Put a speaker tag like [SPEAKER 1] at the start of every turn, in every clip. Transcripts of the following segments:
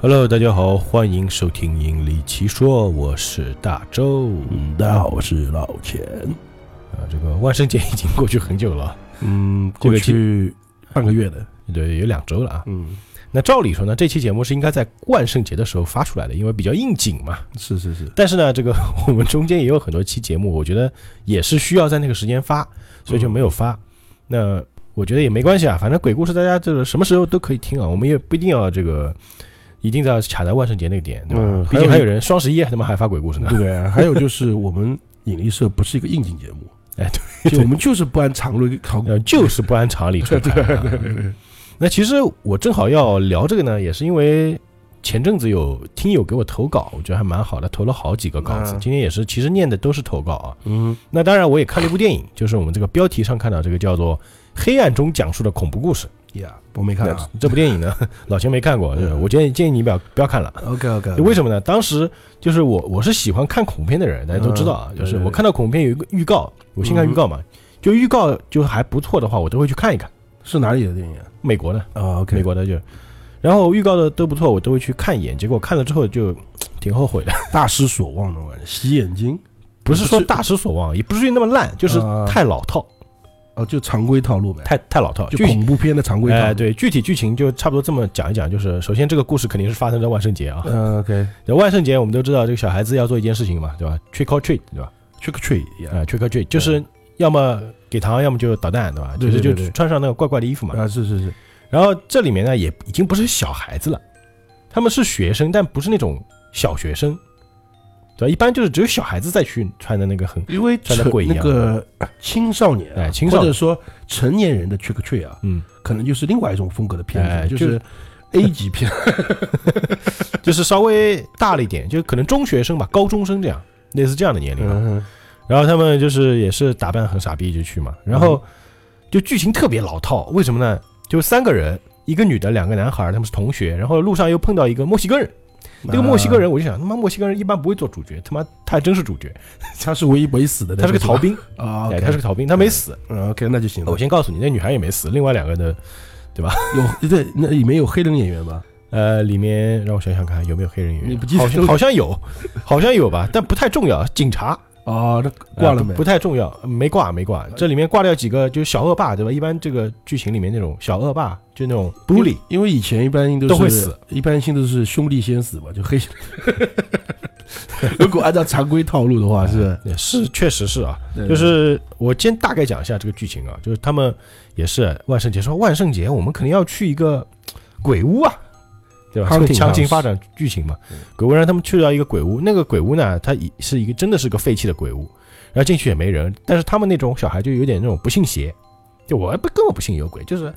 [SPEAKER 1] Hello，大家好，欢迎收听《引力奇说》，我是大周。
[SPEAKER 2] 嗯大家好，我是老钱。
[SPEAKER 1] 啊，这个万圣节已经过去很久了，
[SPEAKER 2] 嗯，
[SPEAKER 1] 这
[SPEAKER 2] 过
[SPEAKER 1] 个
[SPEAKER 2] 去半个月的，
[SPEAKER 1] 对，有两周了啊。
[SPEAKER 2] 嗯，
[SPEAKER 1] 那照理说呢，这期节目是应该在万圣节的时候发出来的，因为比较应景嘛。
[SPEAKER 2] 是是 是，
[SPEAKER 1] 但是呢，这个我们中间也有很多期节目，我觉得也是需要在那个时间发，所以就没有发。那我觉得也没关系啊，反正鬼故事大家这个什么时候都可以听啊，我们也不一定要这个。一定要卡在万圣节那个点，对吧？
[SPEAKER 2] 嗯
[SPEAKER 1] 毕竟
[SPEAKER 2] 还
[SPEAKER 1] 还
[SPEAKER 2] 有
[SPEAKER 1] 有人双十一他妈还发鬼故事呢。
[SPEAKER 2] 对啊。还有就是，我们引力社不是一个应景节 目，
[SPEAKER 1] 哎，
[SPEAKER 2] 对，就我们就是不按常规考古
[SPEAKER 1] 呃，，就是不按常理 出牌、啊。那其实我正好要聊这个呢，也是因为前阵子有听友给我投稿，我觉得还蛮好的，投了好几个稿子。
[SPEAKER 2] 嗯
[SPEAKER 1] 今天也是，其实念的都是投稿啊。
[SPEAKER 2] 嗯，
[SPEAKER 1] 那当然，我也看了一部电影，就是我们这个标题上看到这个叫做《黑暗中讲述的恐怖故事》。
[SPEAKER 2] 呀，我没看
[SPEAKER 1] 那
[SPEAKER 2] 啊。
[SPEAKER 1] 这部电影呢， 老钱没看过，
[SPEAKER 2] 嗯
[SPEAKER 1] 我建议建议你不要不要看了。
[SPEAKER 2] OK OK，
[SPEAKER 1] 为什么呢？当时就是我，我是喜欢看恐怖片的人，大家都知道啊。
[SPEAKER 2] 嗯
[SPEAKER 1] 就是
[SPEAKER 2] 对对嗯
[SPEAKER 1] 我看到恐怖片有一个预告，我先看预告嘛，就预告就还不错的话，我都会去看一看。
[SPEAKER 2] 是哪里的电影啊
[SPEAKER 1] 美国的，
[SPEAKER 2] 啊？OK，
[SPEAKER 1] 美国的就，然后预告的都不错，我都会去看一眼。结果看了之后就挺后悔的，
[SPEAKER 2] 大失所望的，我感觉洗眼睛
[SPEAKER 1] 不是说大失所望，也不至于那么烂，就是
[SPEAKER 2] 啊
[SPEAKER 1] 太老套，
[SPEAKER 2] 哦，就常规套路呗，
[SPEAKER 1] 太太老套。
[SPEAKER 2] 就
[SPEAKER 1] 具体
[SPEAKER 2] 恐怖片的常规套
[SPEAKER 1] 哎，
[SPEAKER 2] 路。
[SPEAKER 1] 对，具体剧情就差不多这么讲一讲。就是首先这个故事肯定是发生在万圣节啊。
[SPEAKER 2] 嗯，OK，
[SPEAKER 1] 那万圣节我们都知道，这个小孩子要做一件事情嘛，对吧？Trick or treat，对吧？
[SPEAKER 2] trick or treat 呀，
[SPEAKER 1] 啊，trick or treat 就是要么给糖，要么就捣蛋，对吧？
[SPEAKER 2] 对
[SPEAKER 1] 就是
[SPEAKER 2] 对
[SPEAKER 1] 就
[SPEAKER 2] 对对
[SPEAKER 1] 穿上那个怪怪的衣服嘛。
[SPEAKER 2] 啊，是是是，
[SPEAKER 1] 然后这里面呢，也已经不是小孩子了，他们是学生，但不是那种小学生，对吧？一般就是只有小孩子再去穿的那个很，
[SPEAKER 2] 因为
[SPEAKER 1] 穿得
[SPEAKER 2] 成
[SPEAKER 1] 鬼一样
[SPEAKER 2] 那个青少年啊，
[SPEAKER 1] 哎青少
[SPEAKER 2] 或者说成年人的 trick or treat 啊，
[SPEAKER 1] 嗯，
[SPEAKER 2] 可能就是另外一种风格的片子，
[SPEAKER 1] 哎
[SPEAKER 2] 就
[SPEAKER 1] 就是
[SPEAKER 2] A 级片，
[SPEAKER 1] 就是稍微大了一点，就可能中学生吧，高中生这样，类似这样的年龄啊。
[SPEAKER 2] 嗯，
[SPEAKER 1] 然后他们就是也是打扮很傻逼就去嘛，然
[SPEAKER 2] 嗯
[SPEAKER 1] 后就剧情特别老套，为什么呢？就三个人，一个女的，两个男孩，他们是同学，然后路上又碰到一个墨西哥人，
[SPEAKER 2] 啊
[SPEAKER 1] 那个墨西哥人我就想，他妈墨西哥人一般不会做主角，他妈他还真是主角，
[SPEAKER 2] 啊他是唯一没死的那
[SPEAKER 1] 他
[SPEAKER 2] 种，
[SPEAKER 1] 是个逃
[SPEAKER 2] 吧
[SPEAKER 1] 兵，
[SPEAKER 2] 嗯啊
[SPEAKER 1] 哎，
[SPEAKER 2] ，OK，
[SPEAKER 1] 他是个逃兵，他没死。
[SPEAKER 2] 嗯 OK，那就行了
[SPEAKER 1] 我。先告诉你，那女孩也没死，另外两个的，
[SPEAKER 2] 有对，那里面有黑人演员吧？
[SPEAKER 1] 呃，里面让我想想看有没有黑人演员，
[SPEAKER 2] 你不记得
[SPEAKER 1] 好像好像有，好像有吧，但不太重要。警察
[SPEAKER 2] 哦，那
[SPEAKER 1] 呃
[SPEAKER 2] 挂了
[SPEAKER 1] 不
[SPEAKER 2] 没？呃
[SPEAKER 1] 不太重要，没挂没挂。这里面挂掉几个，就是小恶霸对吧？一般这个剧情里面那种小恶霸，就那种 bully，
[SPEAKER 2] 因为以前一般都是
[SPEAKER 1] 都会死，
[SPEAKER 2] 一般性都是兄弟先死嘛，就黑。 如果按照常规套路的话，是
[SPEAKER 1] 也是确实是啊。
[SPEAKER 2] 对
[SPEAKER 1] 就是我先大概讲一下这个剧情啊，就是他们也是万圣节，说万圣节我们肯定要去一个鬼屋啊，对吧？
[SPEAKER 2] Haunting
[SPEAKER 1] 这 个强行
[SPEAKER 2] house
[SPEAKER 1] 发展剧情嘛
[SPEAKER 2] 嗯，
[SPEAKER 1] 鬼屋让他们去到一个鬼屋，那个鬼屋呢，它一是一个真的是个废弃的鬼屋，然后进去也没人，但是他们那种小孩就有点那种不信邪，就我不根本不信有鬼，就是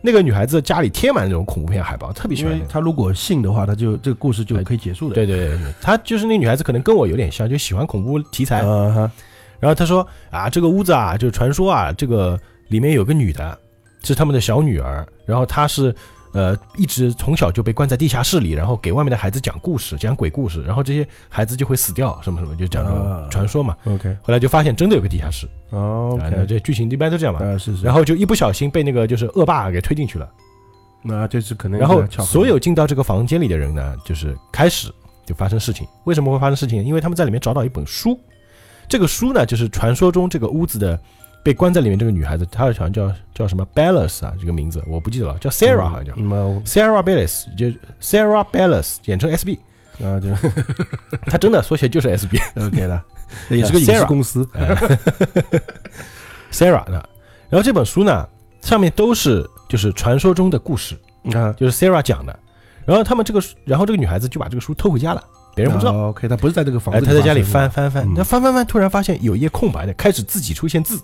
[SPEAKER 1] 那个女孩子家里贴满那种恐怖片海报，特别喜
[SPEAKER 2] 因
[SPEAKER 1] 欢那
[SPEAKER 2] 为
[SPEAKER 1] 种。
[SPEAKER 2] 他如果信的话，他就这个故事
[SPEAKER 1] 哎
[SPEAKER 2] 就可以结束的。
[SPEAKER 1] 对对对，对她就是那女孩子，可能跟我有点像，就喜欢恐怖题材，
[SPEAKER 2] 啊哈，
[SPEAKER 1] 然后他说啊，这个屋子啊，就传说啊，这个里面有个女的，是他们的小女儿，然后她是呃一直从小就被关在地下室里，然后给外面的孩子讲故事，讲鬼故事，然后这些孩子就会死掉，什么什么，就讲这
[SPEAKER 2] 啊
[SPEAKER 1] 个传说嘛。
[SPEAKER 2] OK，
[SPEAKER 1] 后来就发现真的有个地下室，
[SPEAKER 2] 哦
[SPEAKER 1] 啊那
[SPEAKER 2] ，OK，
[SPEAKER 1] 这剧情一般都这样嘛。
[SPEAKER 2] 啊是是，
[SPEAKER 1] 然后就一不小心被那个就是恶霸给推进去了，
[SPEAKER 2] 那就是可能
[SPEAKER 1] 然后
[SPEAKER 2] 巧合
[SPEAKER 1] 所有进到这个房间里的人呢，就是开始就发生事情。为什么会发生事情？因为他们在里面找到一本书，这个书呢，就是传说中这个屋子的被关在里面这个女孩子，她好像叫叫什么 Bellis 啊，这个名字我不记得了，叫 Sarah 好像叫。
[SPEAKER 2] 嗯那我
[SPEAKER 1] Sarah Bellis 就是 Sarah Bellis，简称 SB，
[SPEAKER 2] 啊就
[SPEAKER 1] 她真的缩写就是 SB。
[SPEAKER 2] OK 了，也是个影视
[SPEAKER 1] 呃 Sarah 哎
[SPEAKER 2] 公司。
[SPEAKER 1] Sarah 呢，然后这本书呢，上面都是就是传说中的故事，
[SPEAKER 2] 你看，
[SPEAKER 1] 就是 Sarah 讲的。然后他们这个，然后这个女孩子就把这个书偷回家了，别人不知道。
[SPEAKER 2] 哦 OK，他不是在这个房
[SPEAKER 1] 哎，
[SPEAKER 2] 子，
[SPEAKER 1] 他在家里翻。翻翻
[SPEAKER 2] 嗯，
[SPEAKER 1] 他翻翻翻，突然发现有一页空白的，开始自己出现字，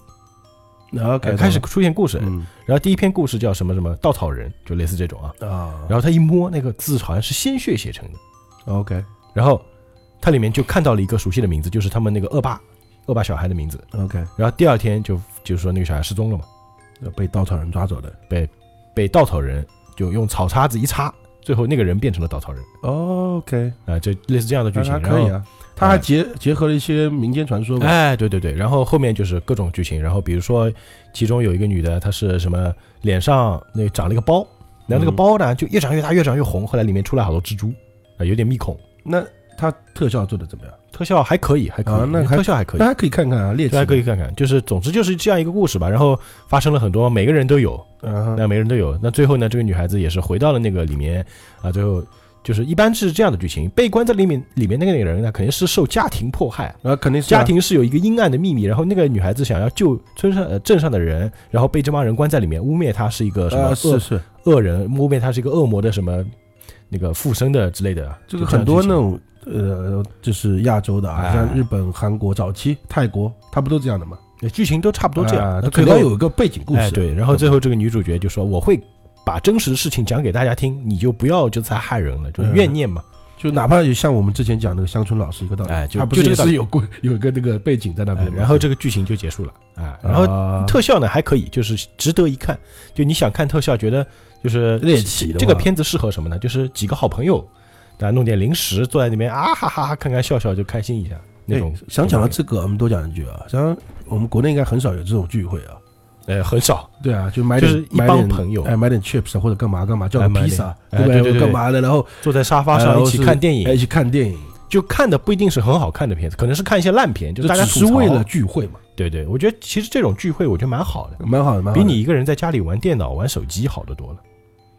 [SPEAKER 2] 啊 OK，
[SPEAKER 1] 哎开始出现故事。
[SPEAKER 2] 嗯
[SPEAKER 1] 然后第一篇故事叫什么什么稻草人，就类似这种啊。
[SPEAKER 2] 啊，
[SPEAKER 1] 然后他一摸那个字，好像是鲜血写成的。
[SPEAKER 2] 后 OK
[SPEAKER 1] 然后他里面就看到了一个熟悉的名字，就是他们那个恶霸恶霸小孩的名字。
[SPEAKER 2] OK，
[SPEAKER 1] 然后第二天就就是说那个小孩失踪了嘛，
[SPEAKER 2] 被稻草人抓走的。
[SPEAKER 1] 被稻草人就用草叉子一插，最后那个人变成了稻草人
[SPEAKER 2] OK，
[SPEAKER 1] 啊，就类似这样的剧
[SPEAKER 2] 那
[SPEAKER 1] 情。
[SPEAKER 2] 还可以
[SPEAKER 1] 然后哎
[SPEAKER 2] 啊，他还结结合了一些民间传说嘛。
[SPEAKER 1] 哎，对对对，然后后面就是各种剧情，然后比如说，其中有一个女的，她是什么脸上那长了一个包，然
[SPEAKER 2] 嗯
[SPEAKER 1] 后那个包呢就越长越大，越长越红，后来里面出来好多蜘蛛，啊、有点密孔，
[SPEAKER 2] 那它特效做的怎么样？
[SPEAKER 1] 特效还可以，还可以，
[SPEAKER 2] 啊那还
[SPEAKER 1] 特效还可以
[SPEAKER 2] 大，家可以看看啊，猎奇
[SPEAKER 1] 大家可以看看。就是总之就是这样一个故事吧，然后发生了很多，每个人都有，
[SPEAKER 2] 啊
[SPEAKER 1] 那每个人都有。那最后呢，这个女孩子也是回到了那个里面啊，最后就是一般是这样的剧情，被关在里面里面那个人呢，肯定是受家庭迫害。
[SPEAKER 2] 啊，肯定是啊
[SPEAKER 1] 家庭是有一个阴暗的秘密，然后那个女孩子想要救村上呃镇上的人，然后被这帮人关在里面，污蔑她是一个什么
[SPEAKER 2] 啊，
[SPEAKER 1] 恶、
[SPEAKER 2] 是是，
[SPEAKER 1] 恶人，污蔑她是一个恶魔的什么那个附身的之类的。
[SPEAKER 2] 这
[SPEAKER 1] 就
[SPEAKER 2] 个
[SPEAKER 1] 样
[SPEAKER 2] 很多
[SPEAKER 1] 剧
[SPEAKER 2] 那
[SPEAKER 1] 情
[SPEAKER 2] 种呃，就是亚洲的啊，
[SPEAKER 1] 哎
[SPEAKER 2] 像日本、韩国早期、泰国，他不都这样的吗？
[SPEAKER 1] 呃剧情都差不多这样，
[SPEAKER 2] 啊
[SPEAKER 1] 那
[SPEAKER 2] 它
[SPEAKER 1] 最
[SPEAKER 2] 肯
[SPEAKER 1] 后
[SPEAKER 2] 定有一个背景故
[SPEAKER 1] 哎
[SPEAKER 2] 事。
[SPEAKER 1] 对，然后最后这个女主角就说我会。把真实的事情讲给大家听，你就不要就再害人了，就是
[SPEAKER 2] 嗯
[SPEAKER 1] 怨念嘛。
[SPEAKER 2] 就哪怕有像我们之前讲那个乡村老师一个道理，
[SPEAKER 1] 哎就
[SPEAKER 2] 他不
[SPEAKER 1] 就是这
[SPEAKER 2] 也
[SPEAKER 1] 个道理
[SPEAKER 2] 是有故有一个那个背景在那边
[SPEAKER 1] 哎
[SPEAKER 2] 吗，
[SPEAKER 1] 然后这个剧情就结束了啊。然后
[SPEAKER 2] 啊
[SPEAKER 1] 特效呢还可以，就是值得一看。就你想看特效，觉得就是
[SPEAKER 2] 猎奇的
[SPEAKER 1] 这个
[SPEAKER 2] 话
[SPEAKER 1] 片子适合什么呢？就是几个好朋友，大家弄点零食，坐在那边啊哈哈哈，看看笑笑就开心一下那
[SPEAKER 2] 对
[SPEAKER 1] 种。
[SPEAKER 2] 哎想讲到这个，我们多讲一句啊，像我们国内应该很少有这种聚会啊。
[SPEAKER 1] 呃很少，
[SPEAKER 2] 对啊，就买
[SPEAKER 1] 就
[SPEAKER 2] 点
[SPEAKER 1] 是一
[SPEAKER 2] 买
[SPEAKER 1] 帮
[SPEAKER 2] 点
[SPEAKER 1] 朋友
[SPEAKER 2] 哎，买点 chips 啊或者干嘛干嘛，叫个
[SPEAKER 1] 哎买
[SPEAKER 2] 披
[SPEAKER 1] 点
[SPEAKER 2] 萨，
[SPEAKER 1] 哎
[SPEAKER 2] 不
[SPEAKER 1] 对对对
[SPEAKER 2] 干嘛的，然后
[SPEAKER 1] 坐在沙发上一起看电
[SPEAKER 2] 哎
[SPEAKER 1] 影，
[SPEAKER 2] 一起看电影，
[SPEAKER 1] 就看的不一定是很好看的片子，可能是看一些烂片，就大家
[SPEAKER 2] 只是
[SPEAKER 1] 吐槽
[SPEAKER 2] 为了。聚会嘛，
[SPEAKER 1] 对对，我觉得其实这种聚会我觉得蛮好的，
[SPEAKER 2] 蛮好的，蛮好
[SPEAKER 1] 比
[SPEAKER 2] 的
[SPEAKER 1] 你一个人在家里玩电脑、玩手机好得多了，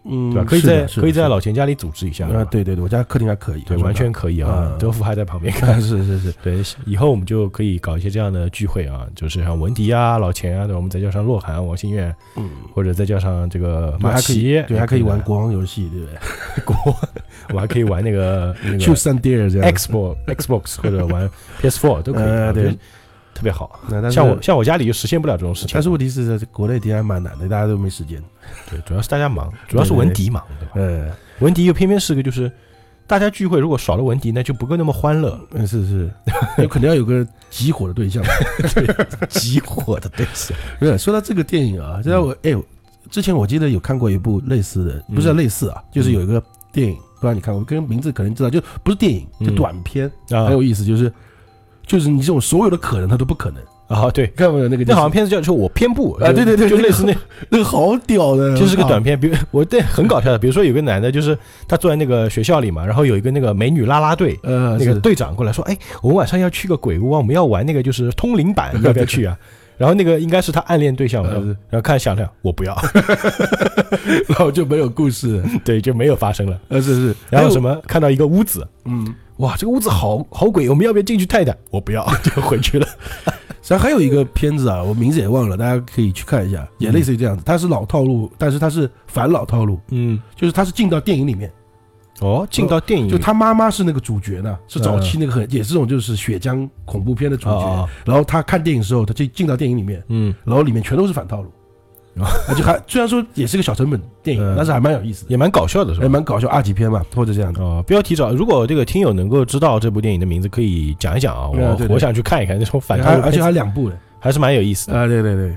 [SPEAKER 2] 嗯，
[SPEAKER 1] 对吧？可以
[SPEAKER 2] 是的
[SPEAKER 1] 在
[SPEAKER 2] 是的
[SPEAKER 1] 可以
[SPEAKER 2] 是
[SPEAKER 1] 在
[SPEAKER 2] 的
[SPEAKER 1] 老钱家里组织一下
[SPEAKER 2] 啊，
[SPEAKER 1] 吧
[SPEAKER 2] 对对对，我家客厅还可以，
[SPEAKER 1] 对，
[SPEAKER 2] 说
[SPEAKER 1] 完
[SPEAKER 2] 的
[SPEAKER 1] 全可以啊
[SPEAKER 2] 啊。
[SPEAKER 1] 德芙还在旁边 看，
[SPEAKER 2] 啊是是是，
[SPEAKER 1] 对，以后我们就可以搞一些这样的聚会啊，就是像文迪啊、老钱啊，对吧，我们再叫上洛涵、王心啊苑，
[SPEAKER 2] 嗯，
[SPEAKER 1] 或者再叫上这个
[SPEAKER 2] 对
[SPEAKER 1] 嗯马
[SPEAKER 2] 还可以
[SPEAKER 1] 奇，哎
[SPEAKER 2] 对，还可以玩
[SPEAKER 1] 过
[SPEAKER 2] 国王游戏，对不 对？
[SPEAKER 1] 国，我还可以玩那 个那
[SPEAKER 2] 就
[SPEAKER 1] 个
[SPEAKER 2] 三 D 这样，
[SPEAKER 1] Xbox Xbox 或者玩 PS4 都可以
[SPEAKER 2] 呃
[SPEAKER 1] 啊，
[SPEAKER 2] 对
[SPEAKER 1] 我觉得特别好。
[SPEAKER 2] 那但是
[SPEAKER 1] 像我像我家里就实现不了这种事情
[SPEAKER 2] 但，是问题是在国内的还蛮难的，大家都没时间，
[SPEAKER 1] 对，主要是大家忙，主要是文迪忙，对吧？
[SPEAKER 2] 呃，
[SPEAKER 1] 文迪又偏偏是个就是。大家聚会如果少了文迪，那就不够那么欢 乐，
[SPEAKER 2] 嗯是是，有肯定要有个集火的 对象。
[SPEAKER 1] 集火的对 象。
[SPEAKER 2] 不是说到这个电影啊，就在我哎、我之前我记得有看过一部类似的，
[SPEAKER 1] 嗯
[SPEAKER 2] 不是类似啊，就是有一个电影，不知道你看过，跟名字可能知道，就不是电影，
[SPEAKER 1] 嗯
[SPEAKER 2] 就短片，
[SPEAKER 1] 啊
[SPEAKER 2] 很有意思，就是就是你这种所有的可能它都不可能，
[SPEAKER 1] 啊，对，
[SPEAKER 2] 看过没有那个？
[SPEAKER 1] 那好像片子叫就我偏不
[SPEAKER 2] 啊
[SPEAKER 1] 就
[SPEAKER 2] 对对对
[SPEAKER 1] 就
[SPEAKER 2] 那个
[SPEAKER 1] 类似那
[SPEAKER 2] 那个好嗯屌 的，啊
[SPEAKER 1] 就是个
[SPEAKER 2] 我靠
[SPEAKER 1] 短片，比如我对很搞笑的，比如说有个男的，就是他坐在那个学校里嘛，然后有一个那个美女啦啦队，
[SPEAKER 2] 呃
[SPEAKER 1] 那个
[SPEAKER 2] 是
[SPEAKER 1] 队长过来说，哎，我们晚上要去个鬼屋啊，我们要玩那个就是通灵 版，要不要去啊？然后那个应该是他暗恋对象，
[SPEAKER 2] 呃
[SPEAKER 1] 然后
[SPEAKER 2] 是
[SPEAKER 1] 然后看想想，我不要，
[SPEAKER 2] 然后就没有故事，
[SPEAKER 1] 对，就没有发生了。
[SPEAKER 2] 呃是是，
[SPEAKER 1] 然后
[SPEAKER 2] 还有
[SPEAKER 1] 什么看到一个屋子，
[SPEAKER 2] 嗯，
[SPEAKER 1] 哇，这个屋子好好鬼，我们要不要进去探一探？我不要， 就回去了。
[SPEAKER 2] 然后还有一个片子啊，我名字也忘了，大家可以去看一下，也类似于这样子，它是老套路，但是它是反老套路，
[SPEAKER 1] 嗯，
[SPEAKER 2] 就是它是进到电影里面。
[SPEAKER 1] 哦，进到电影
[SPEAKER 2] 就他妈妈是那个主角呢，是早期那个很也是这种就是血浆恐怖片的主
[SPEAKER 1] 哦
[SPEAKER 2] 角。然后他看电影的时候，他就进到电影里面，
[SPEAKER 1] 嗯，
[SPEAKER 2] 然后里面全都是反套路
[SPEAKER 1] 哦，
[SPEAKER 2] 而且还 虽然说也是个小成本电影
[SPEAKER 1] 嗯，
[SPEAKER 2] 但是还蛮有意思的，
[SPEAKER 1] 也蛮搞笑的，是吧
[SPEAKER 2] 还？蛮搞笑，二级片嘛，或者这样的。
[SPEAKER 1] 哦，标题找，如果这个听友能够知道这部电影的名字，可以讲一讲啊，
[SPEAKER 2] 嗯
[SPEAKER 1] 我
[SPEAKER 2] 对对
[SPEAKER 1] 我想去看一看那种反套
[SPEAKER 2] 还
[SPEAKER 1] 路
[SPEAKER 2] 而
[SPEAKER 1] 片
[SPEAKER 2] 且
[SPEAKER 1] 子，
[SPEAKER 2] 还有两部的
[SPEAKER 1] 还是蛮有意思的。
[SPEAKER 2] 啊，对对对，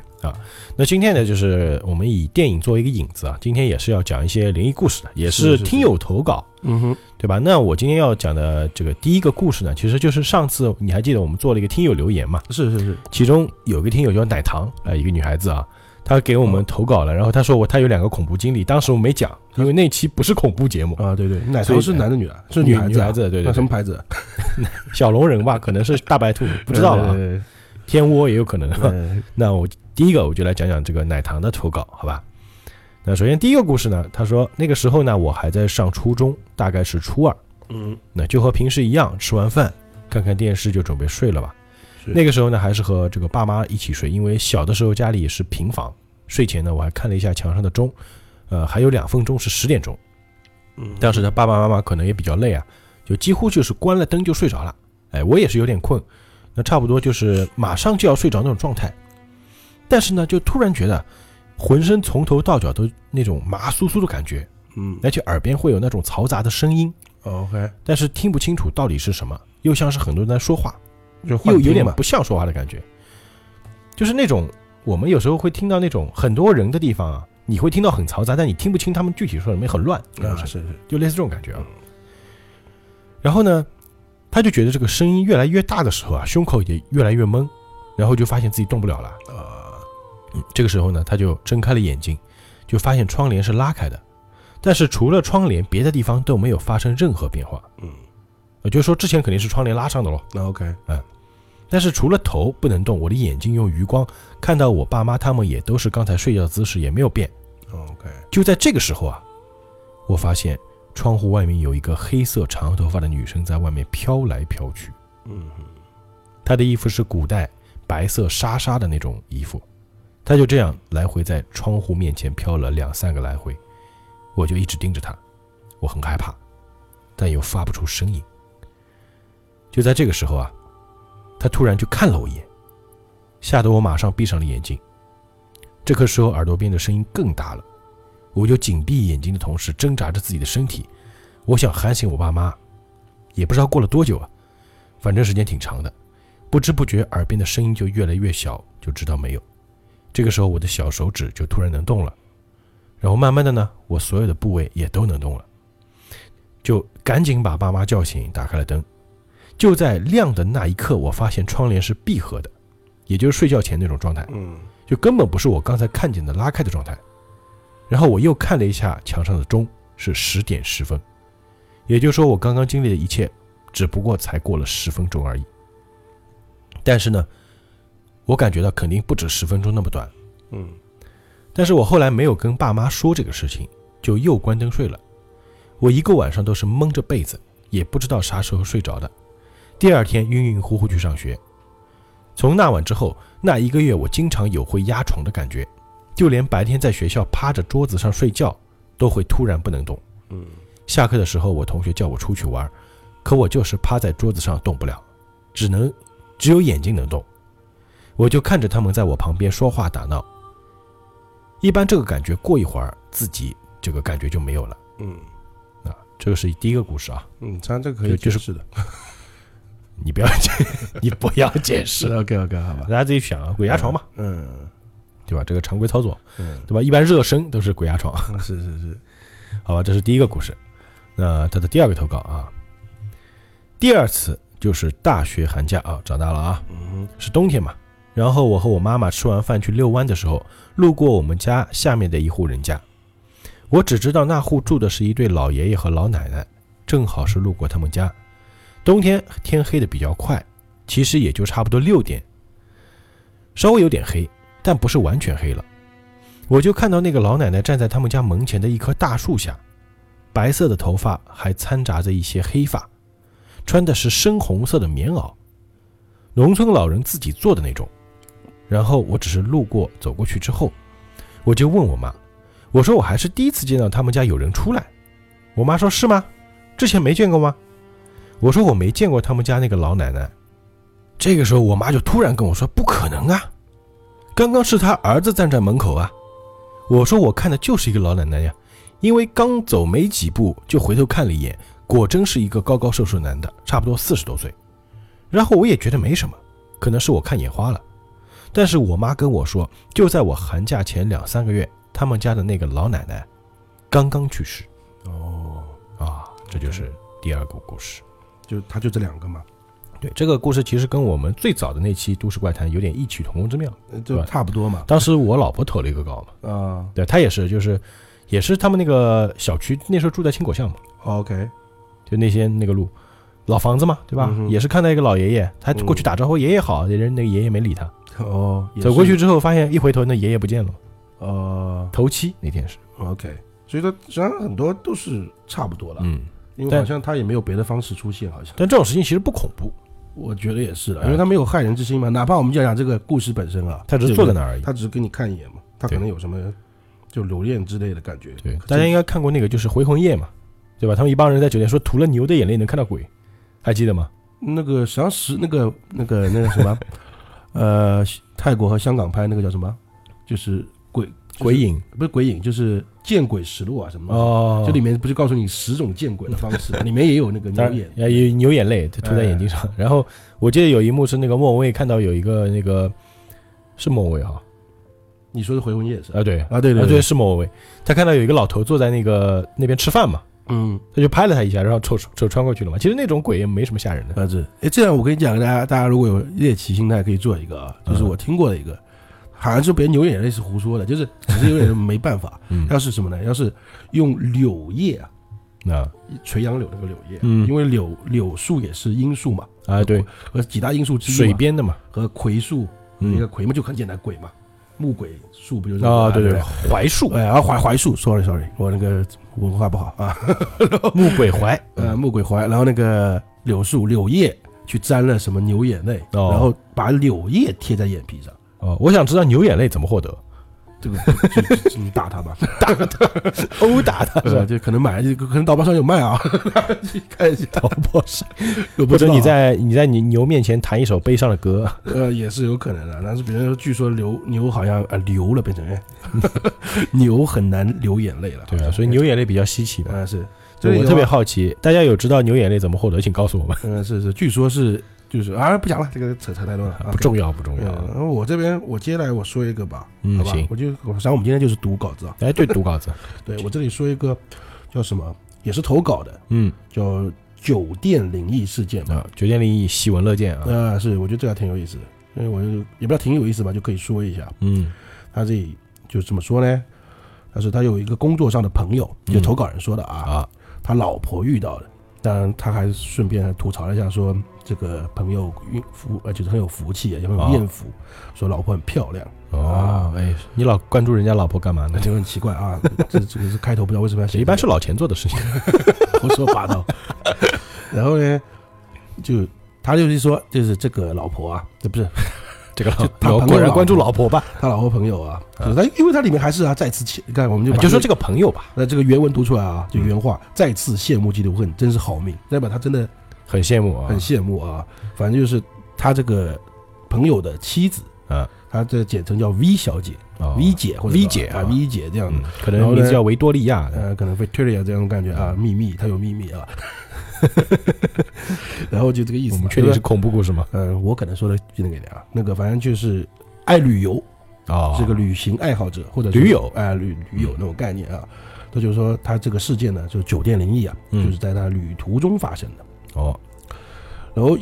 [SPEAKER 1] 那今天呢，就是我们以电影作为一个引子啊，今天也是要讲一些灵异故事的，也
[SPEAKER 2] 是
[SPEAKER 1] 是
[SPEAKER 2] 是
[SPEAKER 1] 听友投稿，
[SPEAKER 2] 嗯哼，
[SPEAKER 1] 对吧？那我今天要讲的这个第一个故事呢，其实就是上次你还记得我们做了一个听友留言嘛？
[SPEAKER 2] 是是是，
[SPEAKER 1] 其中有个听友叫奶糖啊、呃一个女孩子啊，她给我们投稿了，然后她说我她有两个恐怖经历，当时我没讲，因为那期不是恐怖节目，
[SPEAKER 2] 啊，对对，奶
[SPEAKER 1] 所以
[SPEAKER 2] 糖是男的女的啊？是
[SPEAKER 1] 女
[SPEAKER 2] 孩
[SPEAKER 1] 女
[SPEAKER 2] 子
[SPEAKER 1] 孩
[SPEAKER 2] 啊，
[SPEAKER 1] 子，对对
[SPEAKER 2] 那
[SPEAKER 1] 对
[SPEAKER 2] 什么牌子？
[SPEAKER 1] 小龙人吧，可能是大白兔，不知道了、啊。
[SPEAKER 2] 对
[SPEAKER 1] 天窝也有可能。
[SPEAKER 2] 对对
[SPEAKER 1] 那我第一个我就来讲讲这个奶糖的投稿，好吧？那首先第一个故事呢，他说那个时候呢，我还在上初中，大概是初二，
[SPEAKER 2] 嗯，
[SPEAKER 1] 那就和平时一样，吃完饭看看电视就准备睡了吧。
[SPEAKER 2] 是
[SPEAKER 1] 那个时候呢，还是和这个爸妈一起睡，因为小的时候家里是平房，睡前呢我还看了一下墙上的钟，呃，还有两分钟是十点钟。
[SPEAKER 2] 嗯
[SPEAKER 1] 当时呢，爸爸妈妈可能也比较累啊，就几乎就是关了灯就睡着了。哎，我也是有点困，那差不多就是马上就要睡着那种状态。但是呢，就突然觉得浑身从头到脚都那种麻酥酥的感觉，
[SPEAKER 2] 嗯哦
[SPEAKER 1] 而且耳边会有那种嘈杂的声音，
[SPEAKER 2] ，OK，
[SPEAKER 1] 但是听不清楚到底是什么，又像是很多人在说话，
[SPEAKER 2] 就
[SPEAKER 1] 又
[SPEAKER 2] 幻
[SPEAKER 1] 有
[SPEAKER 2] 听
[SPEAKER 1] 点
[SPEAKER 2] 嘛
[SPEAKER 1] 不像说话的感觉，就是那种我们有时候会听到那种很多人的地方啊，你会听到很嘈杂，但你听不清他们具体说什么，也很乱
[SPEAKER 2] 啊，是是，
[SPEAKER 1] 就类似这种感觉啊。然后呢，他就觉得这个声音越来越大的时候啊，胸口也越来越闷，然后就发现自己动不了了。
[SPEAKER 2] 啊，
[SPEAKER 1] 嗯，这个时候呢，他就睁开了眼睛，就发现窗帘是拉开的，但是除了窗帘，别的地方都没有发生任何变化。
[SPEAKER 2] 嗯，
[SPEAKER 1] 也就是说之前肯定是窗帘拉上的咯。
[SPEAKER 2] 那 OK，
[SPEAKER 1] 但是除了头不能动，我的眼睛用余光看到我爸妈他们也都是刚才睡觉的姿势，也没有变。
[SPEAKER 2] 哦 OK，
[SPEAKER 1] 就在这个时候啊，我发现窗户外面有一个黑色长头发的女生在外面飘来飘去。
[SPEAKER 2] 嗯哼，
[SPEAKER 1] 她的衣服是古代白色纱纱的那种衣服，她就这样来回在窗户面前飘了两三个来回，我就一直盯着她，我很害怕，但又发不出声音。就在这个时候啊，她突然就看了我一眼，吓得我马上闭上了眼睛。这个时候耳朵边的声音更大了，我就紧闭眼睛的同时挣扎着自己的身体，我想喊醒我爸妈，也不知道过了多久啊，反正时间挺长的。不知不觉耳边的声音就越来越小，就知道没有。这个时候，我的小手指就突然能动了，然后慢慢的呢，我所有的部位也都能动了，就赶紧把爸妈叫醒，打开了灯。就在亮的那一刻，我发现窗帘是闭合的，也就是睡觉前那种状态，
[SPEAKER 2] 嗯
[SPEAKER 1] 就根本不是我刚才看见的拉开的状态。然后我又看了一下墙上的钟，是十点十分，也就是说我刚刚经历的一切，只不过才过了十分钟而已。但是呢，我感觉到肯定不止十分钟那么短。
[SPEAKER 2] 嗯
[SPEAKER 1] 但是我后来没有跟爸妈说这个事情，就又关灯睡了。我一个晚上都是蒙着被子，也不知道啥时候睡着的。第二天晕晕乎乎去上学。从那晚之后，那一个月我经常有会压床的感觉，就连白天在学校趴着桌子上睡觉，都会突然不能动。
[SPEAKER 2] 嗯
[SPEAKER 1] 下课的时候，我同学叫我出去玩，可我就是趴在桌子上动不了，只能只有眼睛能动。我就看着他们在我旁边说话打闹。一般这个感觉过一会儿，自己这个感觉就没有了。
[SPEAKER 2] 嗯
[SPEAKER 1] 啊，这个是第一个故事啊，
[SPEAKER 2] 嗯，他这个可
[SPEAKER 1] 就
[SPEAKER 2] 以
[SPEAKER 1] 就是
[SPEAKER 2] 是的，
[SPEAKER 1] 你不要解， 你不要解释，
[SPEAKER 2] OK OK，好吧
[SPEAKER 1] 大，家自己想啊，鬼压床嘛，，
[SPEAKER 2] 嗯
[SPEAKER 1] 对吧？这个常规操作，
[SPEAKER 2] 嗯，
[SPEAKER 1] 对吧？一般热身都是鬼压床。
[SPEAKER 2] 是是是，
[SPEAKER 1] 好吧，这是第一个故事。那他的第二个投稿啊，第二次就是大学寒假啊，长大了啊，
[SPEAKER 2] 嗯
[SPEAKER 1] 是冬天嘛。然后我和我妈妈吃完饭去遛弯的时候，路过我们家下面的一户人家。我只知道那户住的是一对老爷爷和老奶奶，正好是路过他们家。冬天天黑的比较快，其实也就差不多六点，稍微有点黑，但不是完全黑了。我就看到那个老奶奶站在他们家门前的一棵大树下，白色的头发还掺杂着一些黑发，穿的是深红色的棉袄。农村老人自己做的那种。然后我只是路过走过去之后，我就问我妈，我说我还是第一次见到他们家有人出来。我妈说是吗？之前没见过吗？我说我没见过他们家那个老奶奶。这个时候我妈就突然跟我说不可能啊，刚刚是她儿子站在门口啊。我说我看的就是一个老奶奶呀，因为刚走没几步就回头看了一眼，果真是一个高高瘦瘦男的，差不多四十多岁。然后我也觉得没什么，可能是我看眼花了。但是我妈跟我说，就在我寒假前两三个月，他们家的那个老奶奶刚刚去世
[SPEAKER 2] 哦，
[SPEAKER 1] 啊，这就是第二个故事。
[SPEAKER 2] 就他就这两个嘛，
[SPEAKER 1] 对，这个故事其实跟我们最早的那期《都市怪谈》有点异曲同工之妙。
[SPEAKER 2] 呃就差不多嘛，
[SPEAKER 1] 当时我老婆投了一个稿嘛，
[SPEAKER 2] 啊
[SPEAKER 1] 对她也是，就是也是他们那个小区那时候住在青果巷嘛，
[SPEAKER 2] 哦，OK，
[SPEAKER 1] 就那些那个路老房子嘛，对吧？
[SPEAKER 2] 嗯哼嗯
[SPEAKER 1] 也是看到一个老爷爷，他过去打招呼，爷爷好，人那个爷爷没理他，
[SPEAKER 2] 哦，也
[SPEAKER 1] 走过
[SPEAKER 2] 是
[SPEAKER 1] 去，之后发现一回头，那爷爷不见了。
[SPEAKER 2] 呃
[SPEAKER 1] 头七那天是，
[SPEAKER 2] ，OK，所以说实际上很多都是差不多了，
[SPEAKER 1] 嗯，
[SPEAKER 2] 因为
[SPEAKER 1] 但
[SPEAKER 2] 好像他也没有别的方式出现，好像。
[SPEAKER 1] 但这种事情其实不恐怖，
[SPEAKER 2] 我觉得也是的，因为他没有害人之心嘛。哪怕我们讲讲这个故事本身啊，
[SPEAKER 1] 他只是
[SPEAKER 2] 对
[SPEAKER 1] 坐
[SPEAKER 2] 不
[SPEAKER 1] 在
[SPEAKER 2] 对
[SPEAKER 1] 那儿而已。
[SPEAKER 2] 他只是给你看一眼嘛，他
[SPEAKER 1] 对
[SPEAKER 2] 可能有什么就留恋之类的感觉。
[SPEAKER 1] 对
[SPEAKER 2] 可，
[SPEAKER 1] 大家应该看过那个就是《回魂夜》嘛，对吧？他们一帮人在酒店说，涂了牛的眼泪能看到鬼，还记得吗？
[SPEAKER 2] 那个实际上是那个那个那个什么， 呃，泰国和香港拍那个叫什么，就是鬼就是
[SPEAKER 1] 鬼影
[SPEAKER 2] 不是鬼影，就是见鬼实录啊什么的。
[SPEAKER 1] 哦，
[SPEAKER 2] 这里面不是告诉你十种见鬼的方 式，里面也有那个
[SPEAKER 1] 当
[SPEAKER 2] 牛
[SPEAKER 1] 然
[SPEAKER 2] 眼，哎
[SPEAKER 1] 呃有牛眼泪涂在眼睛上。然后我记得有一幕是那个莫文蔚看到有一个那个是莫文蔚哈，
[SPEAKER 2] 你说的回魂夜是吧？
[SPEAKER 1] 啊对啊
[SPEAKER 2] 啊，对
[SPEAKER 1] 对
[SPEAKER 2] 对，
[SPEAKER 1] 是莫文蔚，他看到有一个老头坐在那个那边吃饭嘛，
[SPEAKER 2] 嗯，
[SPEAKER 1] 他就拍了他一下，然后手手穿过去了嘛。其实那种鬼也没什么吓人的。嗯
[SPEAKER 2] 啊，这哎，这样我跟你讲，大家大家如果有猎奇心态，可以做一个啊，就是我听过的一个，好像就别人有点类似胡说的，就是只是有点没办法。
[SPEAKER 1] 嗯，
[SPEAKER 2] 要是什么呢？要是用柳叶啊，
[SPEAKER 1] 那
[SPEAKER 2] 垂杨柳那个柳叶，
[SPEAKER 1] 嗯
[SPEAKER 2] 因为柳柳树也是罂树嘛，
[SPEAKER 1] 啊对，
[SPEAKER 2] 和几大罂树之一嘛
[SPEAKER 1] 水边的嘛，
[SPEAKER 2] 和葵树，那个
[SPEAKER 1] 嗯
[SPEAKER 2] 葵嘛就很简单，鬼嘛，木鬼树不就是
[SPEAKER 1] 啊对
[SPEAKER 2] 对
[SPEAKER 1] 对，
[SPEAKER 2] 不
[SPEAKER 1] 槐树，
[SPEAKER 2] 哎，啊槐槐树，sorry sorry，我那个文化不好啊，
[SPEAKER 1] 木鬼槐，
[SPEAKER 2] 呃，木鬼槐，然后那个柳树柳叶去沾了什么牛眼泪，
[SPEAKER 1] 哦
[SPEAKER 2] 然后把柳叶贴在眼 皮上，
[SPEAKER 1] 哦，我想知道牛眼泪怎么获得？
[SPEAKER 2] 这个就就就你打他吧，
[SPEAKER 1] 殴打他
[SPEAKER 2] 是吧？ 就可能买，就可能淘宝上有卖啊， 去看一下，
[SPEAKER 1] 淘宝上，
[SPEAKER 2] 我不
[SPEAKER 1] 或
[SPEAKER 2] 知
[SPEAKER 1] 者
[SPEAKER 2] 道啊
[SPEAKER 1] 你在你在你牛面前弹一首悲伤的歌，
[SPEAKER 2] 呃，也是有可能的。但是别人说，据说流牛好像呃流了，变成哎 牛很难流眼泪了。
[SPEAKER 1] 对啊，所以牛眼泪比较稀奇嘛。
[SPEAKER 2] 呃是，
[SPEAKER 1] 所以我啊
[SPEAKER 2] 这个
[SPEAKER 1] 特别好奇，大家有知道牛眼泪怎么获得，请告 诉我们。
[SPEAKER 2] 嗯是是，据说是就是啊不讲了，这个扯扯太多了啊
[SPEAKER 1] 不。重要，不重要。
[SPEAKER 2] 嗯，然后我这边我接下来我说一个吧，
[SPEAKER 1] 嗯
[SPEAKER 2] 好吧
[SPEAKER 1] 行，
[SPEAKER 2] 我就我想我们今天就是读稿子啊，
[SPEAKER 1] 哎，对，读稿子，
[SPEAKER 2] 对我这里说一个叫什么，也是投稿的，
[SPEAKER 1] 嗯
[SPEAKER 2] 叫酒店灵异事件嘛。
[SPEAKER 1] 啊，酒店灵异，喜闻乐见啊。
[SPEAKER 2] 啊、是，我觉得这个挺有意思的，所以我就也不知道挺有意思吧，就可以说一下。
[SPEAKER 1] 嗯
[SPEAKER 2] 他这里就怎么说呢？他说他有一个工作上的朋友，就投稿人说的啊，
[SPEAKER 1] 嗯啊，
[SPEAKER 2] 他老婆遇到的。当然，他还顺便还吐槽了一下，说这个朋友运福呃，就是很有福气，也很
[SPEAKER 1] 啊
[SPEAKER 2] 有艳福，说老婆很漂亮，
[SPEAKER 1] 哦，哎，你老关注人家老婆干嘛
[SPEAKER 2] 那
[SPEAKER 1] 呢？
[SPEAKER 2] 就很奇怪啊。这这个是开头，不知道为什么要写
[SPEAKER 1] 这
[SPEAKER 2] 这个。
[SPEAKER 1] 一般是老钱做的事情。
[SPEAKER 2] 胡说八道。然后呢，就他就是说，就是这个老婆啊，这不是
[SPEAKER 1] 这个
[SPEAKER 2] 他
[SPEAKER 1] 老
[SPEAKER 2] 朋友
[SPEAKER 1] 果然
[SPEAKER 2] 老
[SPEAKER 1] 关注
[SPEAKER 2] 婆
[SPEAKER 1] 老婆吧，
[SPEAKER 2] 他老婆朋友啊，就是他因为他里面还是啊再次切，你看我们就
[SPEAKER 1] 啊
[SPEAKER 2] 把
[SPEAKER 1] 就说
[SPEAKER 2] 这
[SPEAKER 1] 这个嗯朋友吧，
[SPEAKER 2] 那这个原文读出来啊，就原话，再次羡慕嫉妒恨，真是好命。代表他真的
[SPEAKER 1] 很羡慕啊
[SPEAKER 2] 很，羡慕啊，反正就是他这个朋友的妻子，
[SPEAKER 1] 啊
[SPEAKER 2] 他这简称叫 V 小姐、
[SPEAKER 1] 哦
[SPEAKER 2] v 姐或者
[SPEAKER 1] V 姐
[SPEAKER 2] 啊
[SPEAKER 1] 啊
[SPEAKER 2] V 姐这样
[SPEAKER 1] 嗯
[SPEAKER 2] 的，，
[SPEAKER 1] 可
[SPEAKER 2] 然
[SPEAKER 1] 能
[SPEAKER 2] 后
[SPEAKER 1] 名
[SPEAKER 2] 呢
[SPEAKER 1] 字叫维多利亚的，
[SPEAKER 2] 呃，可能 Victoria 这种感觉啊，秘密，她有秘密 啊。 然后就这个意思
[SPEAKER 1] 我
[SPEAKER 2] 嘛，
[SPEAKER 1] 们确定
[SPEAKER 2] 对
[SPEAKER 1] 是
[SPEAKER 2] 吧
[SPEAKER 1] 恐怖故事吗？
[SPEAKER 2] 呃，我可能说的比那个一点啊，那个反正就是爱旅游，
[SPEAKER 1] 哦，
[SPEAKER 2] 是个旅行爱好者或者
[SPEAKER 1] 驴友
[SPEAKER 2] 哎、旅驴友那种概念啊。这就是说，他这个事件呢，就是酒店灵异啊，
[SPEAKER 1] 嗯
[SPEAKER 2] 就是在他旅途中发生的。
[SPEAKER 1] 哦，
[SPEAKER 2] 然后，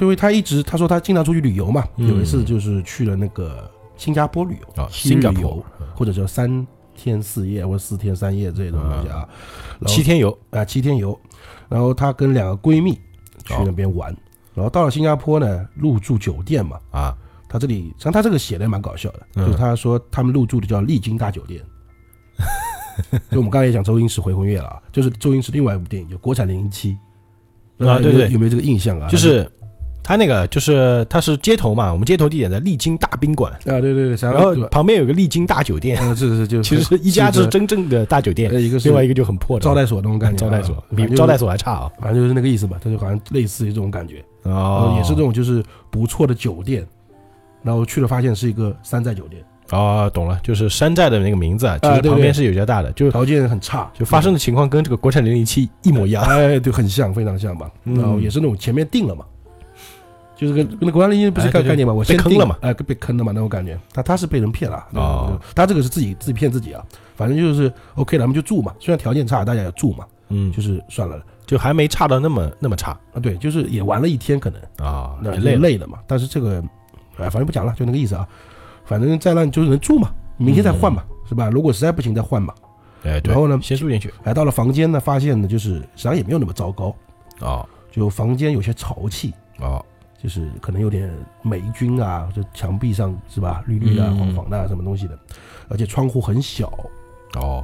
[SPEAKER 2] 因为他一直他说他经常出去旅游嘛，
[SPEAKER 1] 嗯
[SPEAKER 2] 有一次就是去了那个新加坡旅游
[SPEAKER 1] 啊
[SPEAKER 2] 七
[SPEAKER 1] 新
[SPEAKER 2] 日
[SPEAKER 1] 加
[SPEAKER 2] 游
[SPEAKER 1] 坡
[SPEAKER 2] 或者叫三天四夜或者四天三夜这种东西啊，然后
[SPEAKER 1] 七天游，
[SPEAKER 2] 啊七天游。然后她跟两个闺蜜去那边玩，然后到了新加坡呢，入住酒店嘛，
[SPEAKER 1] 啊，
[SPEAKER 2] 他这里，像他这个写的蛮搞笑的，
[SPEAKER 1] 嗯
[SPEAKER 2] 就是他说他们入住的叫丽晶大酒 店。就我们刚才也讲周星驰《回魂夜》了啊，就是周星驰另外一部电影，就国产《零零七》
[SPEAKER 1] 啊对
[SPEAKER 2] 有没有
[SPEAKER 1] 对
[SPEAKER 2] 有没有这个印象啊？
[SPEAKER 1] 就是他那个就是他是街头嘛，我们街头地点在丽晶大宾馆，
[SPEAKER 2] 啊，对对对，然
[SPEAKER 1] 然后
[SPEAKER 2] 对吧？
[SPEAKER 1] 旁边有个丽晶大酒店，
[SPEAKER 2] 嗯，是是是，就
[SPEAKER 1] 其实一家
[SPEAKER 2] 是
[SPEAKER 1] 是真正的大酒店，
[SPEAKER 2] 呃一个是
[SPEAKER 1] 另外一个就很破的嗯
[SPEAKER 2] 招待所那种感觉
[SPEAKER 1] 招
[SPEAKER 2] 啊，
[SPEAKER 1] 待所，
[SPEAKER 2] 反
[SPEAKER 1] 比
[SPEAKER 2] 正就是
[SPEAKER 1] 招待，所还差啊。
[SPEAKER 2] 反正就是那个意思吧，他就好像类似于这种感觉，
[SPEAKER 1] 哦
[SPEAKER 2] 然后哦也是这种就是不错的酒店，然后去了发现是一个山寨酒店，
[SPEAKER 1] 哦，懂了，就是山寨的那个名字啊，其
[SPEAKER 2] 啊
[SPEAKER 1] 实
[SPEAKER 2] 对嗯
[SPEAKER 1] 旁
[SPEAKER 2] 对
[SPEAKER 1] 边是有家大的，就
[SPEAKER 2] 条件很差，
[SPEAKER 1] 就发生的情况跟这个国产零零七一模一样。
[SPEAKER 2] 哎，对，很像，非常像吧。
[SPEAKER 1] 嗯
[SPEAKER 2] 然后也是那种前面定了嘛，就是跟跟那国安利不是
[SPEAKER 1] 哎
[SPEAKER 2] 概
[SPEAKER 1] 对对
[SPEAKER 2] 概念嘛，我先
[SPEAKER 1] 被坑
[SPEAKER 2] 定
[SPEAKER 1] 了嘛，
[SPEAKER 2] 哎，被坑了嘛那种感觉。他他是被人骗了，
[SPEAKER 1] 哦
[SPEAKER 2] 对对对他这个是自己自己骗自己啊，反正就是 OK，咱们就住嘛，虽然条件差，大家也住嘛，
[SPEAKER 1] 嗯，
[SPEAKER 2] 就是算了
[SPEAKER 1] 就还没差到那么那么差
[SPEAKER 2] 啊，对，就是也玩了一天，可能
[SPEAKER 1] 啊，
[SPEAKER 2] 那
[SPEAKER 1] 也累了。
[SPEAKER 2] 累了嘛，但是这个哎，反正不讲了，就那个意思啊，反正再烂就是能住嘛，明天再换
[SPEAKER 1] 嗯
[SPEAKER 2] 嘛，是吧？如果实在不行再换嘛。
[SPEAKER 1] 哎，对
[SPEAKER 2] 然，后呢，
[SPEAKER 1] 先住进去
[SPEAKER 2] 哎，到了房间呢，发现呢，就是实际上也没有那么糟糕，
[SPEAKER 1] 哦
[SPEAKER 2] 就房间有些潮气。
[SPEAKER 1] 哦，
[SPEAKER 2] 就是可能有点霉菌啊，就墙壁上是吧，绿绿的啊、
[SPEAKER 1] 嗯
[SPEAKER 2] 黄黄的啊，什么东西的，而且窗户很小，
[SPEAKER 1] 哦，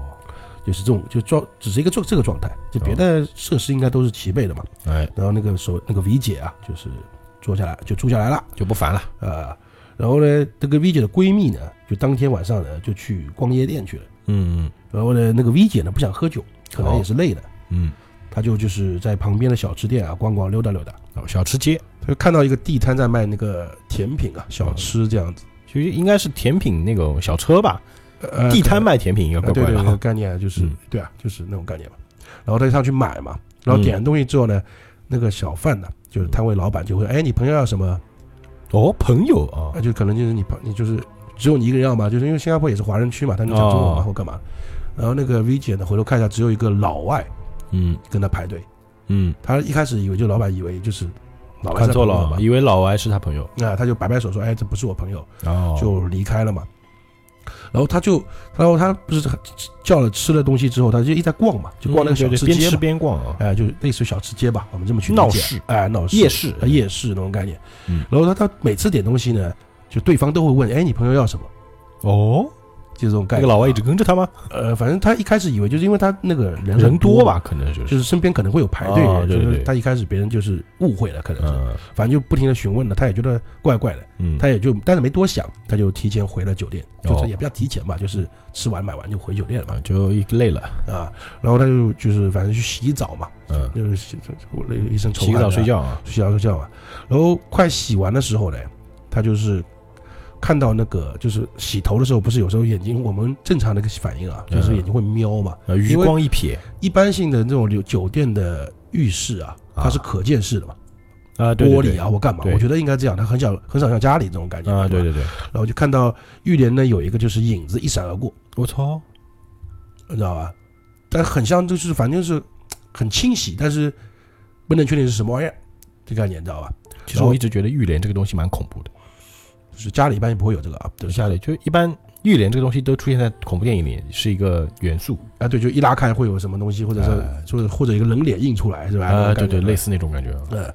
[SPEAKER 2] 就是这种就状，只是一个状这个状态，就别的设施应该都是齐备的嘛。
[SPEAKER 1] 哎，
[SPEAKER 2] 然后那个手那个 V 姐啊，就是坐下来就住下来了，
[SPEAKER 1] 就不烦了。
[SPEAKER 2] 呃，然后呢，这个 V 姐的闺蜜呢，就当天晚上呢就去逛夜店去了，
[SPEAKER 1] 嗯
[SPEAKER 2] 然后呢，那个 V 姐呢不想喝酒，可能也是累的，
[SPEAKER 1] 嗯
[SPEAKER 2] 她就就是在旁边的小吃店啊逛逛溜达溜达，
[SPEAKER 1] 嗯，哦小吃街
[SPEAKER 2] 她就看到一个地摊在卖那个甜品啊、小吃这样子。
[SPEAKER 1] 其实应该是甜品那种小车吧，
[SPEAKER 2] 呃
[SPEAKER 1] 地摊卖甜品应该
[SPEAKER 2] 啊
[SPEAKER 1] 怪
[SPEAKER 2] 对
[SPEAKER 1] 怪
[SPEAKER 2] 对，
[SPEAKER 1] 的
[SPEAKER 2] 那个
[SPEAKER 1] 哈。
[SPEAKER 2] 概念就是、
[SPEAKER 1] 嗯
[SPEAKER 2] 对啊，就是那种概念嘛。然后他就上去买嘛，然后点了东西之后
[SPEAKER 1] 嗯
[SPEAKER 2] 呢，那个小贩呢，就是摊位老板就会，哎，你朋友要什么？
[SPEAKER 1] 哦，朋友啊
[SPEAKER 2] 那，就可能就是你朋，你就是只有你一个人要嘛，就是因为新加坡也是华人区嘛，他就讲中文嘛
[SPEAKER 1] 哦
[SPEAKER 2] 或干嘛。然后那个 V 姐呢，回头看一下，只有一个老外
[SPEAKER 1] 嗯
[SPEAKER 2] 跟他排队。
[SPEAKER 1] 嗯
[SPEAKER 2] 他一开始以为就老板以为就是老外是
[SPEAKER 1] 看
[SPEAKER 2] 他
[SPEAKER 1] 错
[SPEAKER 2] 朋友
[SPEAKER 1] 了啊
[SPEAKER 2] 嘛，
[SPEAKER 1] 以为老外是他朋友，
[SPEAKER 2] 那他就摆摆手说：“哎，这不是我朋友。”
[SPEAKER 1] 哦
[SPEAKER 2] 就离开了嘛。然后他就，然后他不是叫了吃了东西之后，他就一直在逛嘛，就逛那个小
[SPEAKER 1] 嗯对
[SPEAKER 2] 吃
[SPEAKER 1] 对边
[SPEAKER 2] 街
[SPEAKER 1] 吃
[SPEAKER 2] 嘛，
[SPEAKER 1] 边逛啊，
[SPEAKER 2] 哎，就类似于小吃街吧，我们这么去理
[SPEAKER 1] 闹
[SPEAKER 2] 解
[SPEAKER 1] 市，啊
[SPEAKER 2] 哎，闹市
[SPEAKER 1] 夜市
[SPEAKER 2] 呃夜市那种概念
[SPEAKER 1] 嗯。
[SPEAKER 2] 然后他他每次点东西呢，就对方都会问：“哎，你朋友要什么
[SPEAKER 1] 哦，？”
[SPEAKER 2] 就这种概
[SPEAKER 1] 那
[SPEAKER 2] 念。
[SPEAKER 1] 个老外一直跟着他吗？
[SPEAKER 2] 呃，反正他一开始以为就是因为他那个人
[SPEAKER 1] 人
[SPEAKER 2] 很
[SPEAKER 1] 多
[SPEAKER 2] 多
[SPEAKER 1] 吧，，可能就是
[SPEAKER 2] 就是身边可能会有排队的
[SPEAKER 1] 哦
[SPEAKER 2] 人，
[SPEAKER 1] 对
[SPEAKER 2] 就是
[SPEAKER 1] 对
[SPEAKER 2] 他一开始别人就是误会了，可能是，
[SPEAKER 1] 嗯
[SPEAKER 2] 反正就不停的询问了，他也觉得怪怪的。
[SPEAKER 1] 嗯，
[SPEAKER 2] 他也就但是没多想，他就提前回了酒店，就
[SPEAKER 1] 哦
[SPEAKER 2] 是也不叫提前吧，就是吃完买完就回酒店了
[SPEAKER 1] 啊就一累了，
[SPEAKER 2] 嘛啊，然后他就就是反正去洗澡嘛，
[SPEAKER 1] 嗯，
[SPEAKER 2] 就是洗我那一身臭
[SPEAKER 1] 洗
[SPEAKER 2] 汗，
[SPEAKER 1] 个澡睡，觉啊，
[SPEAKER 2] 洗澡睡觉嘛，然后快洗完的时候呢，他就是看到那个就是洗头的时候，不是有时候眼睛我们正常的一个反应啊，
[SPEAKER 1] 嗯
[SPEAKER 2] 就是眼睛会瞄嘛，
[SPEAKER 1] 呃余
[SPEAKER 2] 因为
[SPEAKER 1] 光一瞥
[SPEAKER 2] 一般性的那种酒酒店的浴室啊，
[SPEAKER 1] 啊
[SPEAKER 2] 它是可见式的嘛，
[SPEAKER 1] 啊，对
[SPEAKER 2] 玻
[SPEAKER 1] 对
[SPEAKER 2] 璃
[SPEAKER 1] 对
[SPEAKER 2] 啊或干嘛，
[SPEAKER 1] 对
[SPEAKER 2] 我觉得应该这样，他很少很少像家里这种感觉
[SPEAKER 1] 啊，
[SPEAKER 2] 吧
[SPEAKER 1] 对对对，
[SPEAKER 2] 然后就看到玉莲呢有一个就是影子一闪而过，
[SPEAKER 1] 我操，
[SPEAKER 2] 你知道吧？但很像就是反正就是很清晰，但是不能确定是什么玩意儿，这个概念你知道吧？
[SPEAKER 1] 其实我一直觉得玉莲这个东西蛮恐怖的，
[SPEAKER 2] 就是家里一般也不会有这个啊，对
[SPEAKER 1] 等下来就一般玉莲这个东西都出现在恐怖电影里，是一个元素，
[SPEAKER 2] 啊对，就一拉开会有什么东西，或者
[SPEAKER 1] 哎
[SPEAKER 2] 是或者或者一个人脸印出来是吧？
[SPEAKER 1] 啊，对对，类
[SPEAKER 2] 似
[SPEAKER 1] 似那种感觉啊，
[SPEAKER 2] 呃，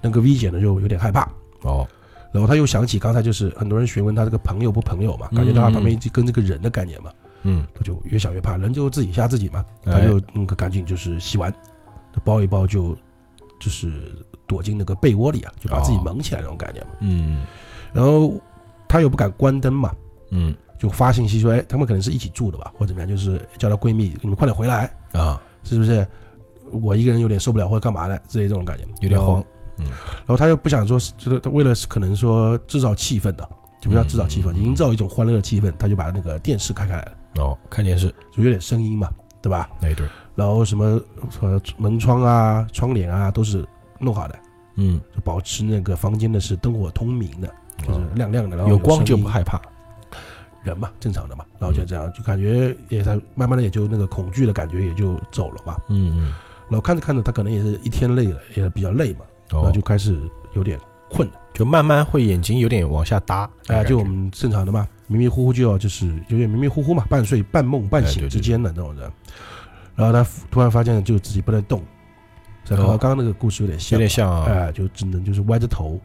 [SPEAKER 2] 那个 V 姐呢就有点害怕。
[SPEAKER 1] 哦，
[SPEAKER 2] 然后他又想起刚才就是很多人询问他这个朋友不朋友嘛，感觉到他旁边一直跟这个人的概念嘛，
[SPEAKER 1] 嗯，
[SPEAKER 2] 他就越想越怕，人就自己吓自己嘛，
[SPEAKER 1] 哎
[SPEAKER 2] 他就那个赶紧就是洗完，包一包就就是躲进那个被窝里啊，就把自己蒙起来那种概念嘛。
[SPEAKER 1] 嗯
[SPEAKER 2] 然后他又不敢关灯嘛，
[SPEAKER 1] 嗯
[SPEAKER 2] 就发信息说，哎，他们可能是一起住的吧，或者怎么样，就是叫她闺蜜，你们快点回来，
[SPEAKER 1] 啊，
[SPEAKER 2] 是不是？我一个人有点受不了或者干嘛的之类这种感觉，
[SPEAKER 1] 有点慌。嗯
[SPEAKER 2] 然后他又不想说，就是他为了可能说制造气氛的，就不要制造气氛，
[SPEAKER 1] 嗯
[SPEAKER 2] 营造一种欢乐的气氛，他就把那个电视开开来了，
[SPEAKER 1] 哦，看电视
[SPEAKER 2] 就有点声音嘛，对吧？
[SPEAKER 1] 那一对，
[SPEAKER 2] 然后什么呃门窗啊、窗帘啊都是弄好的，
[SPEAKER 1] 嗯，
[SPEAKER 2] 就保持那个房间的是灯火通明的，就是
[SPEAKER 1] 哦
[SPEAKER 2] 亮亮的，然后
[SPEAKER 1] 有光就
[SPEAKER 2] 声音
[SPEAKER 1] 不害怕，
[SPEAKER 2] 人嘛，正常的
[SPEAKER 1] 嗯
[SPEAKER 2] 嘛。然后就这样，就感觉也才慢慢的也就那个恐惧的感觉也就走了嘛。
[SPEAKER 1] 嗯嗯，
[SPEAKER 2] 然后看着看着，他可能也是一天累了，也比较累嘛，然
[SPEAKER 1] 哦，
[SPEAKER 2] 后就开始有点困了。
[SPEAKER 1] 就慢慢会眼睛有点往下耷，
[SPEAKER 2] 哎、
[SPEAKER 1] 感觉
[SPEAKER 2] 就我们正常的嘛，迷迷糊糊就要就是有点迷迷糊糊嘛，半睡半梦半
[SPEAKER 1] 哎对
[SPEAKER 2] 醒
[SPEAKER 1] 对
[SPEAKER 2] 之间的那种人。然后他突然发现，就自己不能动，这和
[SPEAKER 1] 哦
[SPEAKER 2] 刚刚那个故事有点像，
[SPEAKER 1] 有点像
[SPEAKER 2] 哎、
[SPEAKER 1] 啊，
[SPEAKER 2] 就只能就是歪着头，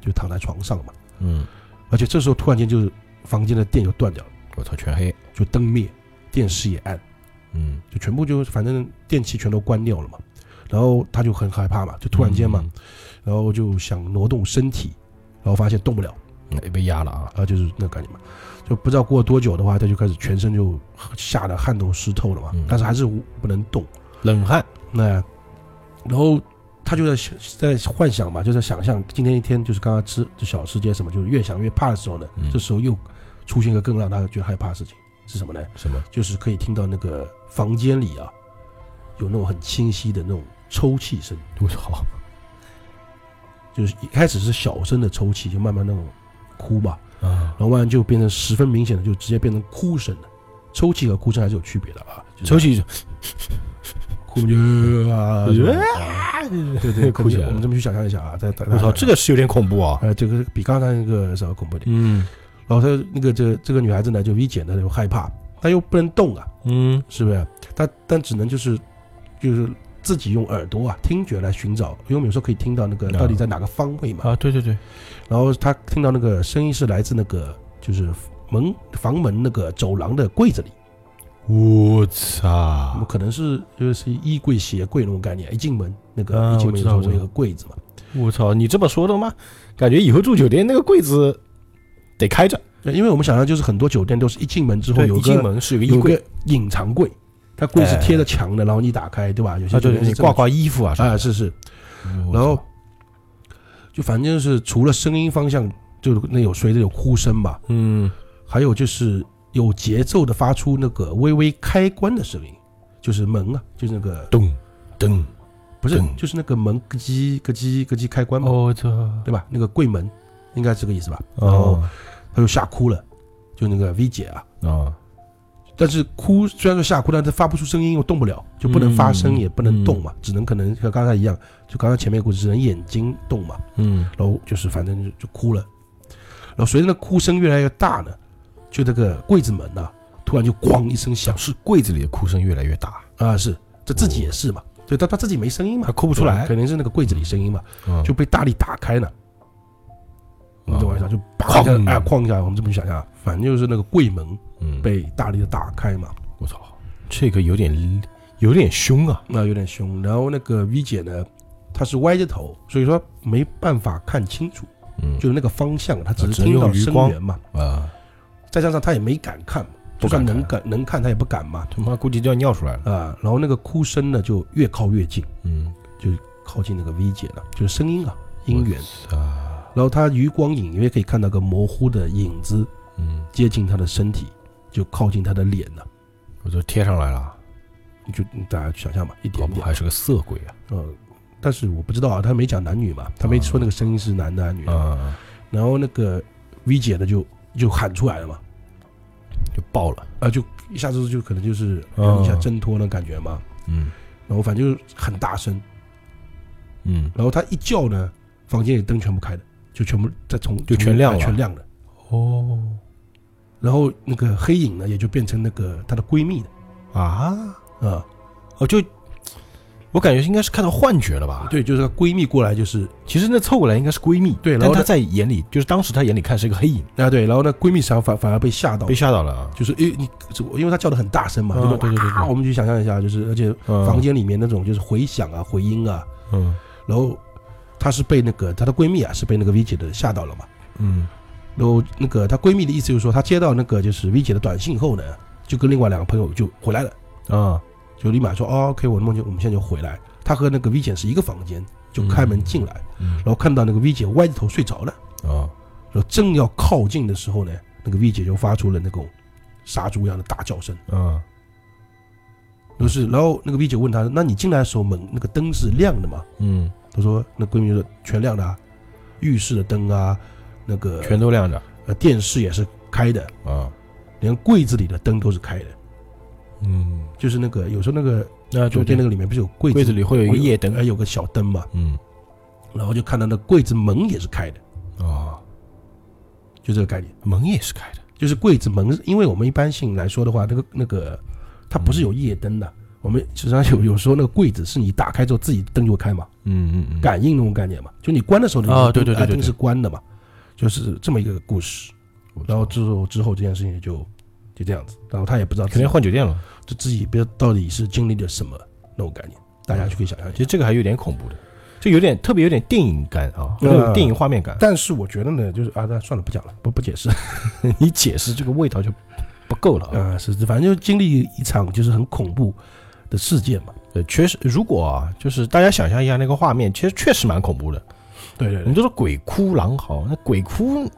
[SPEAKER 2] 就躺在床上嘛。
[SPEAKER 1] 嗯，
[SPEAKER 2] 而且这时候突然间就是房间的电就断掉了，
[SPEAKER 1] 我操，全黑，
[SPEAKER 2] 就灯灭，电视也暗，
[SPEAKER 1] 嗯，
[SPEAKER 2] 就全部就反正电器全都关掉了嘛。然后他就很害怕嘛，就突然间嘛，
[SPEAKER 1] 嗯
[SPEAKER 2] 然后就想挪动身体，然后发现动不了。
[SPEAKER 1] 嗯，嗯被压了啊，
[SPEAKER 2] 啊，就是那个感觉嘛，就不知道过多久的话，他就开始全身就吓得汗都湿透了嘛，
[SPEAKER 1] 嗯
[SPEAKER 2] 但是还是无不能动。
[SPEAKER 1] 冷汗，
[SPEAKER 2] 那然后他就在想在幻想嘛，就在想象今天一天就是刚刚吃就小吃街什么，就是越想越怕的时候呢，
[SPEAKER 1] 嗯
[SPEAKER 2] 这时候又出现一个更让他觉得害怕的事情是什么呢？
[SPEAKER 1] 什么？
[SPEAKER 2] 就是可以听到那个房间里啊有那种很清晰的那种抽泣声，
[SPEAKER 1] 我操，
[SPEAKER 2] 就是一开始是小声的抽泣，就慢慢那种哭吧，
[SPEAKER 1] 啊，
[SPEAKER 2] 然后慢慢就变成十分明显的，就直接变成哭声了。抽泣和哭声还是有区别的啊，就是
[SPEAKER 1] 抽泣，
[SPEAKER 2] 哭就啊，
[SPEAKER 1] 就是
[SPEAKER 2] 这种啊对对，
[SPEAKER 1] 哭起来
[SPEAKER 2] 我
[SPEAKER 1] 了
[SPEAKER 2] 们这么去想象一下啊，在在
[SPEAKER 1] 我操，这个是有点恐怖啊，
[SPEAKER 2] 呃，这个比刚才那个稍微恐怖一点。
[SPEAKER 1] 嗯
[SPEAKER 2] 然后她那个这这个女孩子呢，就 V 姐呢又害怕，但又不能动啊，
[SPEAKER 1] 嗯，
[SPEAKER 2] 是不是？她但只能就是就是自己用耳朵啊听觉来寻找，因为我们有时候可以听到那个
[SPEAKER 1] 啊
[SPEAKER 2] 到底在哪个方位嘛。
[SPEAKER 1] 啊，对对对，
[SPEAKER 2] 然后她听到那个声音是来自那个就是门房门那个走廊的柜子里。
[SPEAKER 1] 我
[SPEAKER 2] 我们
[SPEAKER 1] 操，
[SPEAKER 2] 可能是就是衣柜、鞋柜那种概念。一进门，那个、
[SPEAKER 1] 啊
[SPEAKER 2] 一进门
[SPEAKER 1] 我知道
[SPEAKER 2] 有时候
[SPEAKER 1] 我知道
[SPEAKER 2] 有一个柜子嘛，
[SPEAKER 1] 我操，你这么说的吗？感觉以后住酒店那个柜子得开着，
[SPEAKER 2] 对因为我们想象就是很多酒店都是一进门之后有
[SPEAKER 1] 一
[SPEAKER 2] 个
[SPEAKER 1] 进门是有个衣
[SPEAKER 2] 有
[SPEAKER 1] 柜哎
[SPEAKER 2] 个隐藏柜，它柜是贴着墙的，然后你打开，对吧？有些
[SPEAKER 1] 啊，对
[SPEAKER 2] 酒
[SPEAKER 1] 对，
[SPEAKER 2] 店
[SPEAKER 1] 你
[SPEAKER 2] 是
[SPEAKER 1] 挂挂衣服啊什
[SPEAKER 2] 啊，
[SPEAKER 1] 么的，
[SPEAKER 2] 是是，
[SPEAKER 1] 嗯我
[SPEAKER 2] 然后
[SPEAKER 1] 操
[SPEAKER 2] 就反正就是除了声音方向，就那有随着有哭声嘛，
[SPEAKER 1] 嗯，
[SPEAKER 2] 还有就是有节奏的发出那个微微开关的声音，就是门啊，就是那个
[SPEAKER 1] 咚咚，
[SPEAKER 2] 不是
[SPEAKER 1] 咚
[SPEAKER 2] 就是那个门咯叽咯叽咯叽开关嘛，
[SPEAKER 1] 哦我操，
[SPEAKER 2] 对吧？那个柜门应该是这个意思吧？然后
[SPEAKER 1] 哦
[SPEAKER 2] 他就吓哭了，就那个 V 姐啊，
[SPEAKER 1] 哦，
[SPEAKER 2] 但是哭虽然说吓哭，但是发不出声音，又动不了，就不能发声，
[SPEAKER 1] 嗯
[SPEAKER 2] 也不能动嘛，只能可能和刚才一样，就刚才前面的故事，只能眼睛动嘛，
[SPEAKER 1] 嗯
[SPEAKER 2] 然后就是反正就就哭了，然后随着那哭声越来越大呢，就那个柜子门呐、突然就咣一声响，
[SPEAKER 1] 是柜子里的哭声越来越大，
[SPEAKER 2] 啊，是这自己也是嘛，对，他他自己没声音嘛
[SPEAKER 1] 他，哭不
[SPEAKER 2] 不
[SPEAKER 1] 出来
[SPEAKER 2] 可，能是那个柜子里声音嘛，
[SPEAKER 1] 嗯哦
[SPEAKER 2] 就被大力打开呢，你懂我意思吧？就
[SPEAKER 1] 哐
[SPEAKER 2] 哐一下，哎，哐一下，我们这么去想象，反正就是那个柜门
[SPEAKER 1] 嗯
[SPEAKER 2] 被大力的打开嘛，
[SPEAKER 1] 我操，这个有点有点凶啊，
[SPEAKER 2] 那有点凶。然后那个 V 姐呢，她是歪着头，所以说没办法看清楚，
[SPEAKER 1] 嗯
[SPEAKER 2] 就是那个方向，她只
[SPEAKER 1] 啊只
[SPEAKER 2] 是
[SPEAKER 1] 能
[SPEAKER 2] 听到
[SPEAKER 1] 用余
[SPEAKER 2] 声
[SPEAKER 1] 光
[SPEAKER 2] 源嘛，
[SPEAKER 1] 啊，
[SPEAKER 2] 再加上她也没敢看嘛，
[SPEAKER 1] 不
[SPEAKER 2] 就
[SPEAKER 1] 敢
[SPEAKER 2] 算能
[SPEAKER 1] 看
[SPEAKER 2] 敢能看，她也不敢嘛，
[SPEAKER 1] 他妈估计都要尿出来了，
[SPEAKER 2] 啊，然后那个哭声呢就越靠越近，
[SPEAKER 1] 嗯，
[SPEAKER 2] 靠近那个 V 姐了，就是声音啊，音源。
[SPEAKER 1] 啊，
[SPEAKER 2] 然后她余光隐约可以看到个模糊的影子
[SPEAKER 1] 嗯，
[SPEAKER 2] 接近她的身体，就靠近她的脸了。
[SPEAKER 1] 我就贴上来了，
[SPEAKER 2] 就大家想象吧，一
[SPEAKER 1] 搞
[SPEAKER 2] 点
[SPEAKER 1] 不好
[SPEAKER 2] 点。
[SPEAKER 1] 还是个色鬼啊，
[SPEAKER 2] 呃，但是我不知道啊，他没讲男女嘛，他没说那个声音是男的还是女的。
[SPEAKER 1] 啊，
[SPEAKER 2] 然后那个 V 姐的就就喊出来了嘛，
[SPEAKER 1] 就爆了，
[SPEAKER 2] 啊、就一下子就可能就是
[SPEAKER 1] 嗯
[SPEAKER 2] 一下挣脱那感觉嘛。
[SPEAKER 1] 嗯
[SPEAKER 2] 然后反正就是很大声，
[SPEAKER 1] 嗯，
[SPEAKER 2] 然后她一叫呢，房间里灯全部开的，就全部再从
[SPEAKER 1] 就全亮了
[SPEAKER 2] 全亮了。
[SPEAKER 1] 哦
[SPEAKER 2] 然后那个黑影呢，也就变成那个她的闺蜜了
[SPEAKER 1] 啊，
[SPEAKER 2] 啊、
[SPEAKER 1] 哦就。我感觉应该是看到幻觉了吧？，
[SPEAKER 2] 对，就是她闺蜜过来就是
[SPEAKER 1] 其实那凑过来应该是闺蜜，
[SPEAKER 2] 对然
[SPEAKER 1] 但
[SPEAKER 2] 后
[SPEAKER 1] 她
[SPEAKER 2] 呢
[SPEAKER 1] 在眼里，就是当时她眼里看是一个黑影，
[SPEAKER 2] 啊对，然后呢闺蜜想反反而被吓到
[SPEAKER 1] 被，吓到了啊，
[SPEAKER 2] 就是因为你因为她叫的很大声嘛，
[SPEAKER 1] 啊
[SPEAKER 2] 就是
[SPEAKER 1] 对对对对
[SPEAKER 2] 哇我们去想象一下，就是而且
[SPEAKER 1] 嗯
[SPEAKER 2] 房，间里面那种就是回响啊、回音啊，
[SPEAKER 1] 嗯
[SPEAKER 2] 然后她是被那个她的闺蜜啊是被那个 V 姐的吓到了嘛，
[SPEAKER 1] 嗯，
[SPEAKER 2] 然后那个她闺蜜的意思就是说，她接到那个就是 V 姐的短信后呢，就跟另外两个朋友就回来了，
[SPEAKER 1] 啊，
[SPEAKER 2] 就立马说哦，OK，我的梦见我们现在就回来，她和那个 V 姐是一个房间，就开门进来，
[SPEAKER 1] 嗯
[SPEAKER 2] 然后看到那个 V 姐歪着头睡着了，
[SPEAKER 1] 啊，
[SPEAKER 2] 然后正要靠近的时候呢，那个 V 姐就发出了那种杀猪一样的大叫声。
[SPEAKER 1] 啊，
[SPEAKER 2] 就是，然后那个 V 姐问她：“那你进来的时候门那个灯是亮的吗
[SPEAKER 1] 嗯，？”
[SPEAKER 2] 她说：“那闺蜜说全亮的、啊，浴室的灯啊，那个
[SPEAKER 1] 全都亮着
[SPEAKER 2] 呃电视也是开的，
[SPEAKER 1] 啊，
[SPEAKER 2] 连柜子里的灯都是开的。
[SPEAKER 1] 嗯，
[SPEAKER 2] 就是那个有时候那个
[SPEAKER 1] 那
[SPEAKER 2] 酒
[SPEAKER 1] 酒店
[SPEAKER 2] 店那
[SPEAKER 1] 那
[SPEAKER 2] 个里面不是有柜
[SPEAKER 1] 个柜
[SPEAKER 2] 子，
[SPEAKER 1] 子里会有一个夜灯，
[SPEAKER 2] 呃有个小灯嘛，
[SPEAKER 1] 嗯，
[SPEAKER 2] 然后就看到那柜子门也是开的，
[SPEAKER 1] 啊，
[SPEAKER 2] 就这个概念。
[SPEAKER 1] 门也是开的，
[SPEAKER 2] 就是柜子门，因为我们一般性来说的话，那个那个它不是有夜灯的，我们实际上有有时候那个柜子是你打开之后自己灯就会开嘛。
[SPEAKER 1] 嗯嗯嗯，
[SPEAKER 2] 感应那种概念嘛，就你关的时候那个
[SPEAKER 1] 啊对对对对
[SPEAKER 2] 灯
[SPEAKER 1] 对
[SPEAKER 2] 灯是关的嘛，就是这么一个故事。然后之后之后这件事情就就这样子，然后他也不知道
[SPEAKER 1] 肯
[SPEAKER 2] 自己
[SPEAKER 1] 定换酒店了。
[SPEAKER 2] 就自己别到底是经历了什么那种概念，大
[SPEAKER 1] 嗯
[SPEAKER 2] 家就可以想象一
[SPEAKER 1] 其
[SPEAKER 2] 下
[SPEAKER 1] 实。这个还有点恐怖的，这有点特别有点电影感啊，
[SPEAKER 2] 嗯
[SPEAKER 1] 有点电影画面感。
[SPEAKER 2] 但是我觉得呢，就是啊，那算了，不讲了，不不解释。
[SPEAKER 1] 你解释这个味道就不够了啊。
[SPEAKER 2] 啊，是反正就经历一场就是很恐怖的事件嘛。
[SPEAKER 1] 呃，确实，如果啊，就是大家想象一下那个画面，其实确实蛮恐怖的。
[SPEAKER 2] 对对
[SPEAKER 1] 我们都说鬼哭狼嚎，那鬼哭，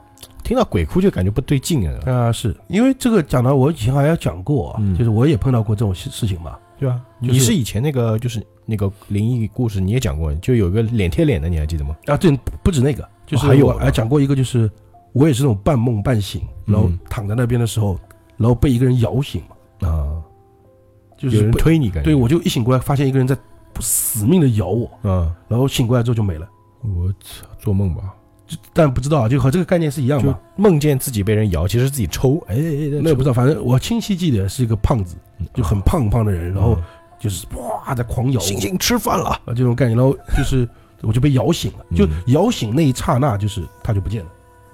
[SPEAKER 1] 听到鬼哭就感觉不对劲啊，
[SPEAKER 2] 啊，是因为这个讲到我以前好像讲过啊
[SPEAKER 1] 嗯，
[SPEAKER 2] 就是我也碰到过这种事事情嘛。
[SPEAKER 1] 对吧？
[SPEAKER 2] 就是
[SPEAKER 1] 你是以前那个就是那个灵异故事你也讲过，就有一个脸贴脸的，你还记得吗？
[SPEAKER 2] 啊，对，不不止那个，就是
[SPEAKER 1] 哦还有
[SPEAKER 2] 我
[SPEAKER 1] 啊
[SPEAKER 2] 还讲过一个，就是我也是那种半梦半醒，
[SPEAKER 1] 嗯
[SPEAKER 2] 然后躺在那边的时候，然后被一个人摇醒嘛，
[SPEAKER 1] 啊，
[SPEAKER 2] 就
[SPEAKER 1] 有
[SPEAKER 2] 是
[SPEAKER 1] 人
[SPEAKER 2] 被
[SPEAKER 1] 推你感觉。
[SPEAKER 2] 对我就一醒过来，发现一个人在死命的咬我，
[SPEAKER 1] 啊，
[SPEAKER 2] 然后醒过来之后就没了，
[SPEAKER 1] 我操，做梦吧，
[SPEAKER 2] 但不知道啊，就和这个概念是一样
[SPEAKER 1] 就
[SPEAKER 2] 嘛。
[SPEAKER 1] 梦见自己被人摇，其实自己抽，
[SPEAKER 2] 嗯
[SPEAKER 1] 哎哎哎，
[SPEAKER 2] 那也嗯不知道，反正我清晰记得是一个胖子，就很胖胖的人，然后就是哇在狂咬
[SPEAKER 1] 星
[SPEAKER 2] 我
[SPEAKER 1] 星吃饭了，
[SPEAKER 2] 啊这种概念，然后就是我就被摇醒了，就
[SPEAKER 1] 嗯
[SPEAKER 2] 摇醒那一刹那，就是他就不见了，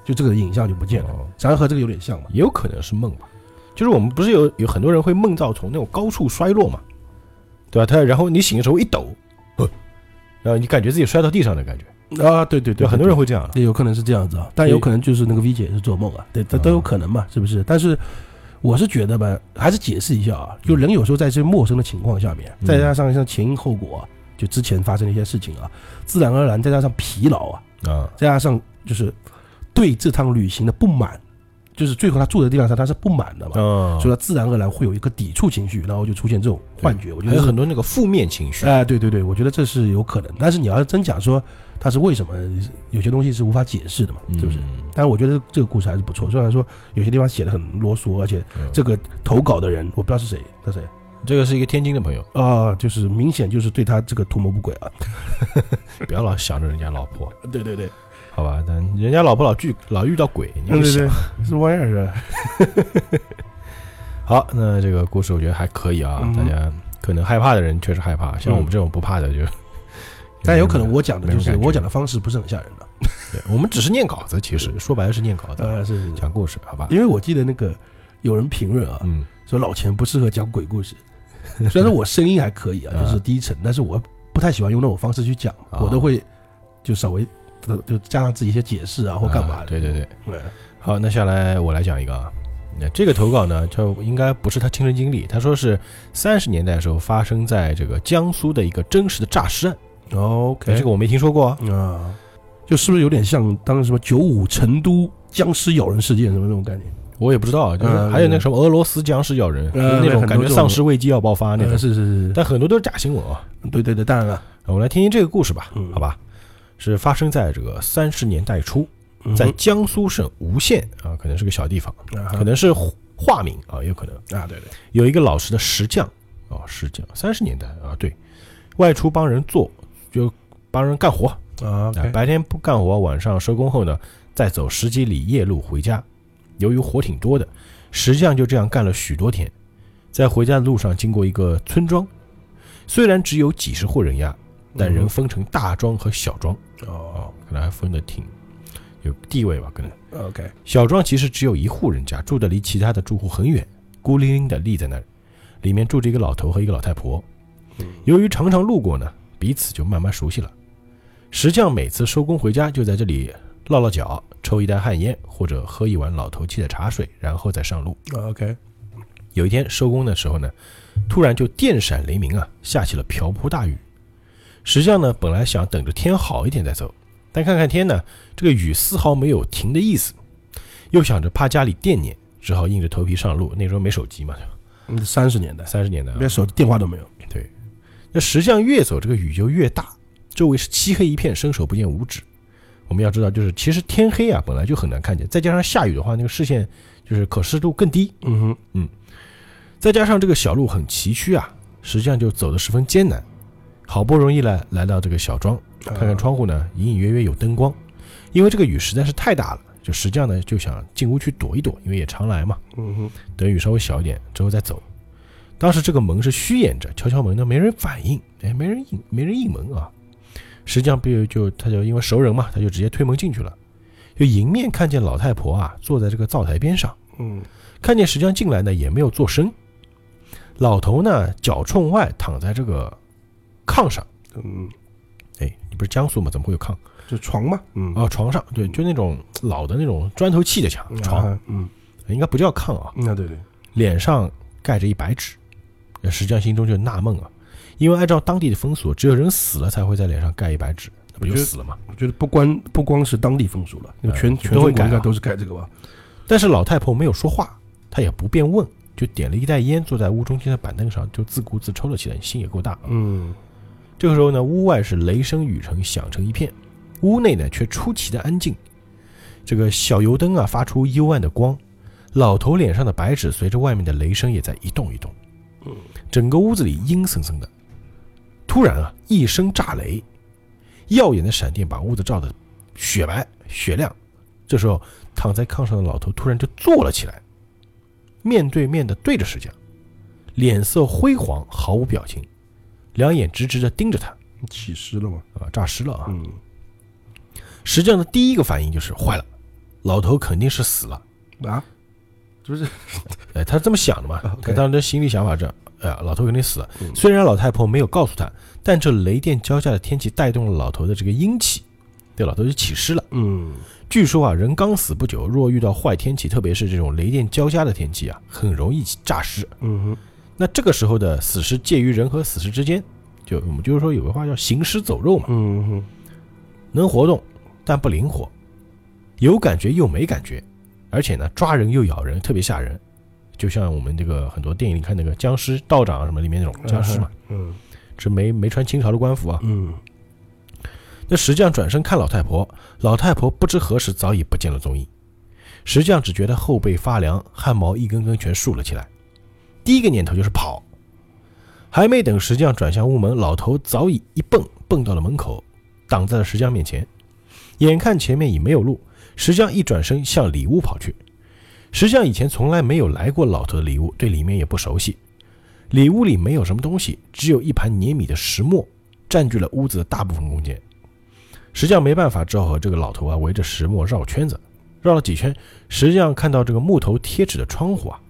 [SPEAKER 2] 就这个影像就不见了，
[SPEAKER 1] 哦
[SPEAKER 2] 咱和这个有点像嘛。
[SPEAKER 1] 也有可能是梦吧。就是我们不是有有很多人会梦到从那种高处摔落嘛，对吧？他然后你醒的时候一抖，呃然后你感觉自己摔到地上的感觉，
[SPEAKER 2] 啊，对对
[SPEAKER 1] 对，
[SPEAKER 2] 对，
[SPEAKER 1] 很多
[SPEAKER 2] 人。
[SPEAKER 1] 人会这样的。
[SPEAKER 2] 也有可能是这样子啊，但有可能就是那个 V 姐也是做梦啊，对，这都有可能嘛，
[SPEAKER 1] 啊
[SPEAKER 2] 是不是？但是我是觉得吧，还是解释一下啊，就人有时候在这陌生的情况下面，
[SPEAKER 1] 嗯
[SPEAKER 2] 再加上像前因后果、啊，就之前发生的一些事情啊，自然而然再加上疲劳啊，
[SPEAKER 1] 啊，
[SPEAKER 2] 再加上就是对这趟旅行的不满，就是最后他住的地方上他是不满的嘛，
[SPEAKER 1] 嗯，
[SPEAKER 2] 所以他自然而然会有一个抵触情绪，然后就出现这种幻觉。我觉
[SPEAKER 1] 嗯还
[SPEAKER 2] 得
[SPEAKER 1] 有
[SPEAKER 2] 是
[SPEAKER 1] 很多那个负面情绪，
[SPEAKER 2] 哎，对对对，我觉得这是有可能。但是你要真讲说它是为什么，有些东西是无法解释的嘛，是不是？
[SPEAKER 1] 嗯
[SPEAKER 2] 但是我觉得这个故事还是不错，虽然说有些地方写的很啰嗦，而且
[SPEAKER 1] 嗯
[SPEAKER 2] 这个投稿的人我不知道是谁，是谁
[SPEAKER 1] 这个是一个天津的朋友，
[SPEAKER 2] 啊、就是明显就是对他这个图谋不轨啊。
[SPEAKER 1] 不要老想着人家老婆，
[SPEAKER 2] 对对对，
[SPEAKER 1] 好吧？但人家老婆老聚老遇到鬼，你
[SPEAKER 2] 嗯对
[SPEAKER 1] 就
[SPEAKER 2] 对
[SPEAKER 1] 想
[SPEAKER 2] 对，是啊玩意儿是吧？
[SPEAKER 1] 好，那这个故事我觉得还可以啊，
[SPEAKER 2] 嗯
[SPEAKER 1] 大家可能害怕的人确实害怕，像我们这种不怕的就，
[SPEAKER 2] 但有可能我讲的就
[SPEAKER 1] 没
[SPEAKER 2] 是
[SPEAKER 1] 有感觉
[SPEAKER 2] 我讲的方式不是很吓人啊的，
[SPEAKER 1] 对我们只是念稿子，其实说啊白了是念稿子，
[SPEAKER 2] 呃，是是是，
[SPEAKER 1] 讲故事，好吧？
[SPEAKER 2] 因为我记得那个有人评论啊，
[SPEAKER 1] 嗯，
[SPEAKER 2] 说老钱不适合讲鬼故事。虽然说我声音还可以啊，
[SPEAKER 1] 啊
[SPEAKER 2] 就是低沉，但是我不太喜欢用那种方式去讲，
[SPEAKER 1] 啊
[SPEAKER 2] 我都会就稍微呃就加上自己一些解释啊或干嘛
[SPEAKER 1] 啊
[SPEAKER 2] 的。嗯
[SPEAKER 1] 对对对，
[SPEAKER 2] 对，
[SPEAKER 1] 好，那下来我来讲一个啊。那这个投稿呢，就应该不是他亲身经历，他说是三十年代的时候发生在这个江苏的一个真实的诈尸案，
[SPEAKER 2] OK，
[SPEAKER 1] 这个我没听说过啊。
[SPEAKER 2] 个啊，就是不是有点像当时什么九五成都僵尸咬人事件什么那种概念？
[SPEAKER 1] 我也不知道，啊就是
[SPEAKER 2] 嗯
[SPEAKER 1] 还有那个什么俄罗斯僵尸咬人，
[SPEAKER 2] 嗯
[SPEAKER 1] 就是那种
[SPEAKER 2] 很多
[SPEAKER 1] 感觉
[SPEAKER 2] 这种
[SPEAKER 1] 丧尸危机要爆发那
[SPEAKER 2] 呃
[SPEAKER 1] 种，
[SPEAKER 2] 是是是
[SPEAKER 1] 但很多都是假新闻啊。
[SPEAKER 2] 是，对对对，当然了，
[SPEAKER 1] 我们来听听这个故事吧，
[SPEAKER 2] 嗯
[SPEAKER 1] 好吧？是发生在这个三十年代初，
[SPEAKER 2] 嗯
[SPEAKER 1] 在江苏省吴县啊，可能是个小地方，
[SPEAKER 2] 啊
[SPEAKER 1] 可能是化化名啊，也有可能
[SPEAKER 2] 啊，对对，
[SPEAKER 1] 有一个老实的石匠啊，石匠三十年代啊，对，外出帮人做，就帮人干活，
[SPEAKER 2] 啊
[SPEAKER 1] 啊，白天不干活，晚上收工后呢，再走十几里夜路回家。由于活挺多的，石匠就这样干了许多天。在回家的路上，经过一个村庄，虽然只有几十户人家，但
[SPEAKER 2] 嗯
[SPEAKER 1] 人分成大庄和小庄。
[SPEAKER 2] 哦哦
[SPEAKER 1] 哦，可能还分得挺有地位吧，可能。
[SPEAKER 2] ，OK，
[SPEAKER 1] 小庄其实只有一户人家，住的离其他的住户很远，孤零零的立在那儿。里面住着一个老头和一个老太婆。由于常常路过呢，彼此就慢慢熟悉了。石匠每次收工回家就在这里落落脚，抽一袋旱烟，或者喝一碗老头沏的茶水，然后再上路。
[SPEAKER 2] 哦 OK，
[SPEAKER 1] 有一天收工的时候呢，突然就电闪雷鸣啊，下起了瓢泼大雨。石匠呢，本来想等着天好一点再走，但看看天呢，这个雨丝毫没有停的意思，又想着怕家里惦念，只好硬着头皮上路。那时候没手机嘛，
[SPEAKER 2] 三十年代，
[SPEAKER 1] 三十年代、嗯啊，
[SPEAKER 2] 连手机电话都没有，
[SPEAKER 1] 对，那石匠越走，这个雨就越大，周围是漆黑一片，伸手不见五指。我们要知道，就是其实天黑啊，本来就很难看见，再加上下雨的话，那个视线就是可视度更低，
[SPEAKER 2] 嗯哼，
[SPEAKER 1] 再加上这个小路很崎岖啊，石匠就走得十分艰难。好不容易呢，来到这个小庄，
[SPEAKER 2] 啊
[SPEAKER 1] 看看窗户呢，隐隐约约有灯光。因为这个雨实在是太大了，就石匠呢就想进屋去躲一躲，因为也常来嘛。
[SPEAKER 2] 嗯哼，
[SPEAKER 1] 等雨稍微小一点之后再走。当时这个门是虚掩着，敲敲门呢没人反应，哎，没人应，没人应门啊。石匠不就他就因为熟人嘛，他就直接推门进去了，就迎面看见老太婆啊坐在这个灶台边上，
[SPEAKER 2] 嗯
[SPEAKER 1] 看见石匠进来呢也没有做声。老头呢脚冲外躺在这个炕上，
[SPEAKER 2] 嗯，
[SPEAKER 1] 哎，你不是江苏嘛，怎么会有炕？
[SPEAKER 2] 就床嘛，嗯，
[SPEAKER 1] 哦，床上，对，就那种老的那种砖头砌的墙床，
[SPEAKER 2] 啊，嗯，
[SPEAKER 1] 应该不叫炕啊，
[SPEAKER 2] 那对对，
[SPEAKER 1] 脸上盖着一白纸。那石匠心中就纳闷啊，因为按照当地的风俗，只有人死了才会在脸上盖一白纸，那不就
[SPEAKER 2] 我觉得
[SPEAKER 1] 死了吗？
[SPEAKER 2] 我觉得不光不光是当地风俗了，那个全
[SPEAKER 1] 嗯
[SPEAKER 2] 全
[SPEAKER 1] 都
[SPEAKER 2] 中
[SPEAKER 1] 会
[SPEAKER 2] 国
[SPEAKER 1] 改啊
[SPEAKER 2] 应该都是盖这个吧？
[SPEAKER 1] 但是老太婆没有说话，她也不便问，就点了一袋烟，坐在屋中间的板凳上，就自顾自抽了起来，心也够大啊。
[SPEAKER 2] 嗯，
[SPEAKER 1] 这个时候呢，屋外是雷声雨声响成一片，屋内呢却出奇的安静。这个小油灯啊发出幽暗的光，老头脸上的白纸随着外面的雷声也在一动一动。整个屋子里阴森森的。突然啊，一声炸雷，耀眼的闪电把屋子照得雪白雪亮。这时候，躺在炕上的老头突然就坐了起来，面对面的对着石匠，脸色灰黄，毫无表情。两眼直直的盯着他，
[SPEAKER 2] 起尸了嘛？
[SPEAKER 1] 啊，诈尸了啊！
[SPEAKER 2] 嗯，
[SPEAKER 1] 石匠的第一个反应就是坏了，老头肯定是死了。
[SPEAKER 2] 啊，就是
[SPEAKER 1] 哎，他是这么想的嘛？
[SPEAKER 2] 啊
[SPEAKER 1] 他
[SPEAKER 2] OK
[SPEAKER 1] 当时心里想法是，哎呀，老头肯定死了。
[SPEAKER 2] 嗯
[SPEAKER 1] 虽然老太婆没有告诉他，但这雷电交加的天气带动了老头的这个阴气，对，老头就起尸了。
[SPEAKER 2] 嗯，
[SPEAKER 1] 据说啊，人刚死不久，若遇到坏天气，特别是这种雷电交加的天气啊，很容易诈尸。
[SPEAKER 2] 嗯
[SPEAKER 1] 那这个时候的死尸介于人和死尸之间，就我们就是说有个话叫行尸走肉嘛。
[SPEAKER 2] 哼，嗯哼，
[SPEAKER 1] 能活动，但不灵活，有感觉又没感觉，啊、而且呢抓人又咬人，特别吓人，就像我们这个很多电影里看那个僵尸道长啊什么里面那种僵尸嘛，
[SPEAKER 2] 嗯
[SPEAKER 1] 这没没穿清朝的官服啊。
[SPEAKER 2] 嗯，
[SPEAKER 1] 那石匠转身看老太婆，老太婆不知何时早已不见了踪影。石匠只觉得后背发凉，汗毛一根根全竖了起来。第一个念头就是跑，还没等石匠转向屋门，老头早已一蹦蹦到了门口，挡在了石匠面前。眼看前面已没有路，石匠一转身向里屋跑去。石匠以前从来没有来过老头的里屋，对里面也不熟悉。里屋里没有什么东西，只有一盘碾米的石磨，占据了屋子的大部分空间。石匠没办法，只好和这个老头啊围着石磨绕圈子，绕了几圈，石匠看到这个木头贴纸的窗户啊，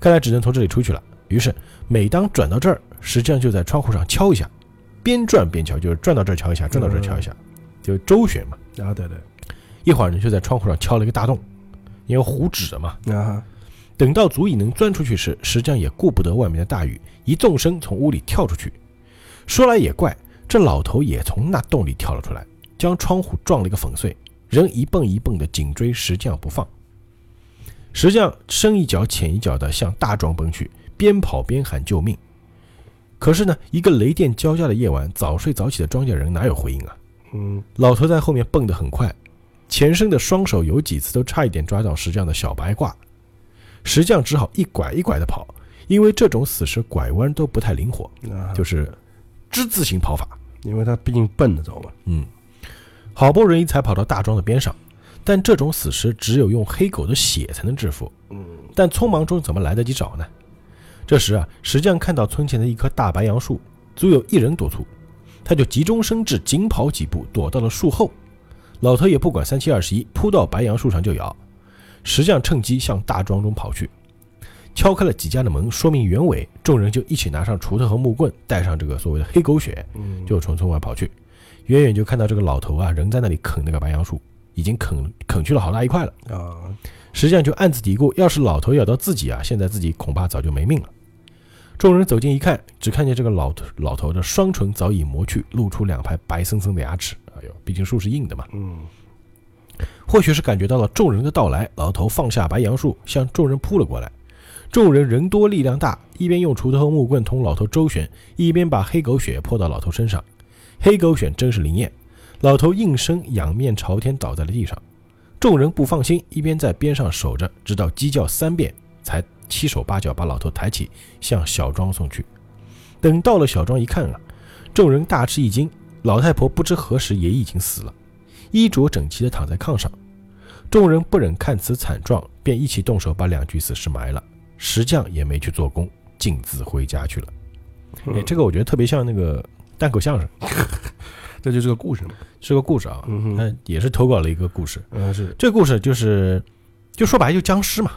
[SPEAKER 1] 看来只能从这里出去了。于是每当转到这儿，石匠就在窗户上敲一下，边转边敲，就是转到这儿敲一下，转到这儿敲一下，就周旋嘛。
[SPEAKER 2] 啊对对，
[SPEAKER 1] 一会儿呢，就在窗户上敲了一个大洞，因为糊纸的嘛。
[SPEAKER 2] 啊哈
[SPEAKER 1] 等到足以能钻出去时，石匠也顾不得外面的大雨，一纵身从屋里跳出去。说来也怪，这老头也从那洞里跳了出来，将窗户撞了一个粉碎，人一蹦一蹦的紧追石匠不放。石匠深一脚浅一脚的向大庄奔去，边跑边喊救命。可是呢，一个雷电交加的夜晚，早睡早起的庄稼人哪有回应啊？
[SPEAKER 2] 嗯
[SPEAKER 1] 老头在后面蹦得很快，前伸的双手有几次都差一点抓到石匠的小白褂，石匠只好一拐一拐的跑，因为这种死时拐弯都不太灵活，
[SPEAKER 2] 啊哈，
[SPEAKER 1] 就是之字形跑法。
[SPEAKER 2] 因为他毕竟笨，你知道吗？
[SPEAKER 1] 嗯，好不容易才跑到大庄的边上，但这种死尸只有用黑狗的血才能制服。
[SPEAKER 2] 嗯
[SPEAKER 1] 但匆忙中怎么来得及找呢？这时啊，石匠看到村前的一棵大白杨树，足有一人多粗，他就急中生智，紧跑几步，躲到了树后。老头也不管三七二十一，扑到白杨树上就咬。石匠趁机向大庄中跑去，敲开了几家的门，说明原委。众人就一起拿上锄头和木棍，带上这个所谓的黑狗血，
[SPEAKER 2] 嗯，
[SPEAKER 1] 就从村外跑去。远远就看到这个老头啊，仍在那里啃那个白杨树，已经啃啃去了好大一块了。
[SPEAKER 2] 啊
[SPEAKER 1] 石匠就暗自嘀咕：要是老头咬到自己啊，现在自己恐怕早就没命了。众人走近一看，只看见这个老头老头的双唇早已磨去，露出两排白森森的牙齿。哎呦，毕竟树是硬的嘛。
[SPEAKER 2] 嗯
[SPEAKER 1] 或许是感觉到了众人的到来，老头放下白杨树，向众人扑了过来。众人人多力量大，一边用锄头和木棍同老头周旋，一边把黑狗血泼到老头身上。黑狗血真是灵验，老头应声仰面朝天倒在了地上。众人不放心，一边在边上守着，直到鸡叫三遍，才七手八脚把老头抬起，向小庄送去。等到了小庄一看啊，众人大吃一惊，老太婆不知何时也已经死了，衣着整齐地躺在炕上。众人不忍看此惨状，便一起动手把两具死尸埋了。石匠也没去做工，径自回家去了。
[SPEAKER 2] 嗯
[SPEAKER 1] 哎，这个我觉得特别像那个单口相声，
[SPEAKER 2] 这就是个故事嘛。
[SPEAKER 1] 是个故事啊。
[SPEAKER 2] 嗯哼，
[SPEAKER 1] 那也是投稿了一个故事。
[SPEAKER 2] 嗯是，
[SPEAKER 1] 这个故事就是，就说白了就僵尸嘛。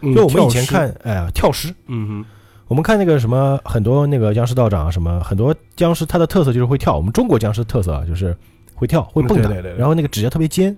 [SPEAKER 2] 嗯
[SPEAKER 1] 就我们以前，
[SPEAKER 2] 跳
[SPEAKER 1] 看，哎呀，跳尸。
[SPEAKER 2] 尸嗯
[SPEAKER 1] 我们看那个什么，很多那个僵尸道长啊，什么很多僵尸，它的特色就是会跳。我们中国僵尸特色啊，就是会跳，会蹦
[SPEAKER 2] 嗯对
[SPEAKER 1] 跶，
[SPEAKER 2] 对对对
[SPEAKER 1] 然后那个指甲特别尖，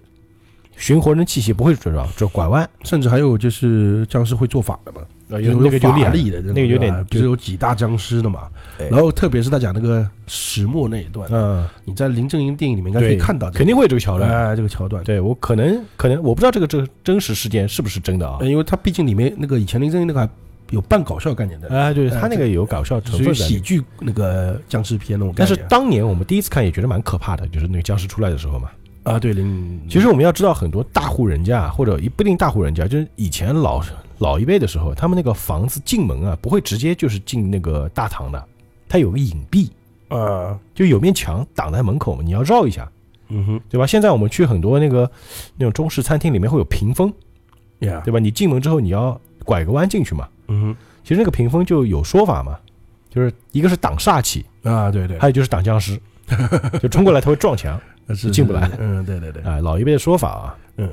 [SPEAKER 1] 寻活人气息不会转转，就拐弯。
[SPEAKER 2] 哼，甚至还有就是僵尸会做法的嘛。
[SPEAKER 1] 那
[SPEAKER 2] 啊哎有
[SPEAKER 1] 那个就
[SPEAKER 2] 法
[SPEAKER 1] 厉害了，
[SPEAKER 2] 力的这种，
[SPEAKER 1] 那个有点
[SPEAKER 2] 对吧
[SPEAKER 1] 就
[SPEAKER 2] 就是有几大僵尸的嘛。
[SPEAKER 1] 哎
[SPEAKER 2] 然后特别是他讲那个石墨那一段，
[SPEAKER 1] 嗯，
[SPEAKER 2] 你在林正英电影里面应该可以
[SPEAKER 1] 对
[SPEAKER 2] 看到这
[SPEAKER 1] 肯
[SPEAKER 2] 个
[SPEAKER 1] 定会有这个桥段。
[SPEAKER 2] 哎这个桥段，
[SPEAKER 1] 对我可能可能我不知道这个这个真实事件是不是真的啊
[SPEAKER 2] 呃？因为他毕竟里面那个以前林正英那个还有半搞笑概念的，
[SPEAKER 1] 哎，对
[SPEAKER 2] 哎
[SPEAKER 1] 他那个有搞笑成
[SPEAKER 2] 属于
[SPEAKER 1] 分在里
[SPEAKER 2] 喜
[SPEAKER 1] 面。
[SPEAKER 2] 剧那个僵尸片那种概
[SPEAKER 1] 但是
[SPEAKER 2] 念。
[SPEAKER 1] 当年我们第一次看也觉得蛮可怕的，就是那个僵尸出来的时候嘛。
[SPEAKER 2] 啊，对林，
[SPEAKER 1] 其实我们要知道，很多大户人家或者也不一定大户人家，就是以前老老一辈的时候，他们那个房子进门啊，不会直接就是进那个大堂的，它有个隐蔽，
[SPEAKER 2] 啊，
[SPEAKER 1] 就有面墙挡在门口嘛，你要绕一下，
[SPEAKER 2] 嗯哼，
[SPEAKER 1] 对吧？现在我们去很多那个那种中式餐厅里面会有屏风，
[SPEAKER 2] 呀，
[SPEAKER 1] 对吧？你进门之后你要拐个弯进去嘛。
[SPEAKER 2] 嗯
[SPEAKER 1] 其实那个屏风就有说法嘛，就是一个是挡煞气，
[SPEAKER 2] 哼，啊，对对
[SPEAKER 1] 还，有就是挡僵尸， 就冲过来它会撞墙
[SPEAKER 2] 那是
[SPEAKER 1] 进不来
[SPEAKER 2] 嗯，对对对，
[SPEAKER 1] 啊、老一辈的说法啊，
[SPEAKER 2] 嗯，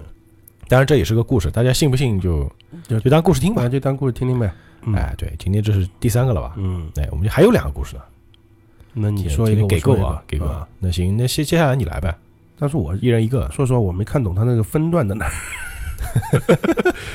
[SPEAKER 1] 当然这也是个故事，大家信不信就
[SPEAKER 2] 就
[SPEAKER 1] 就当故事听吧
[SPEAKER 2] 那。就当故事听听呗。嗯，
[SPEAKER 1] 哎，对，今天这是第三个了吧？
[SPEAKER 2] 嗯，
[SPEAKER 1] 哎，我们还有两个故事呢。
[SPEAKER 2] 那你说一
[SPEAKER 1] 今天
[SPEAKER 2] 个，
[SPEAKER 1] 给够
[SPEAKER 2] 我说一
[SPEAKER 1] 啊
[SPEAKER 2] 个，嗯
[SPEAKER 1] 给够啊。。那行，那接接下来你来呗，
[SPEAKER 2] 但是我
[SPEAKER 1] 一人一个。
[SPEAKER 2] 说实话，我没看懂他那个分段在哪儿，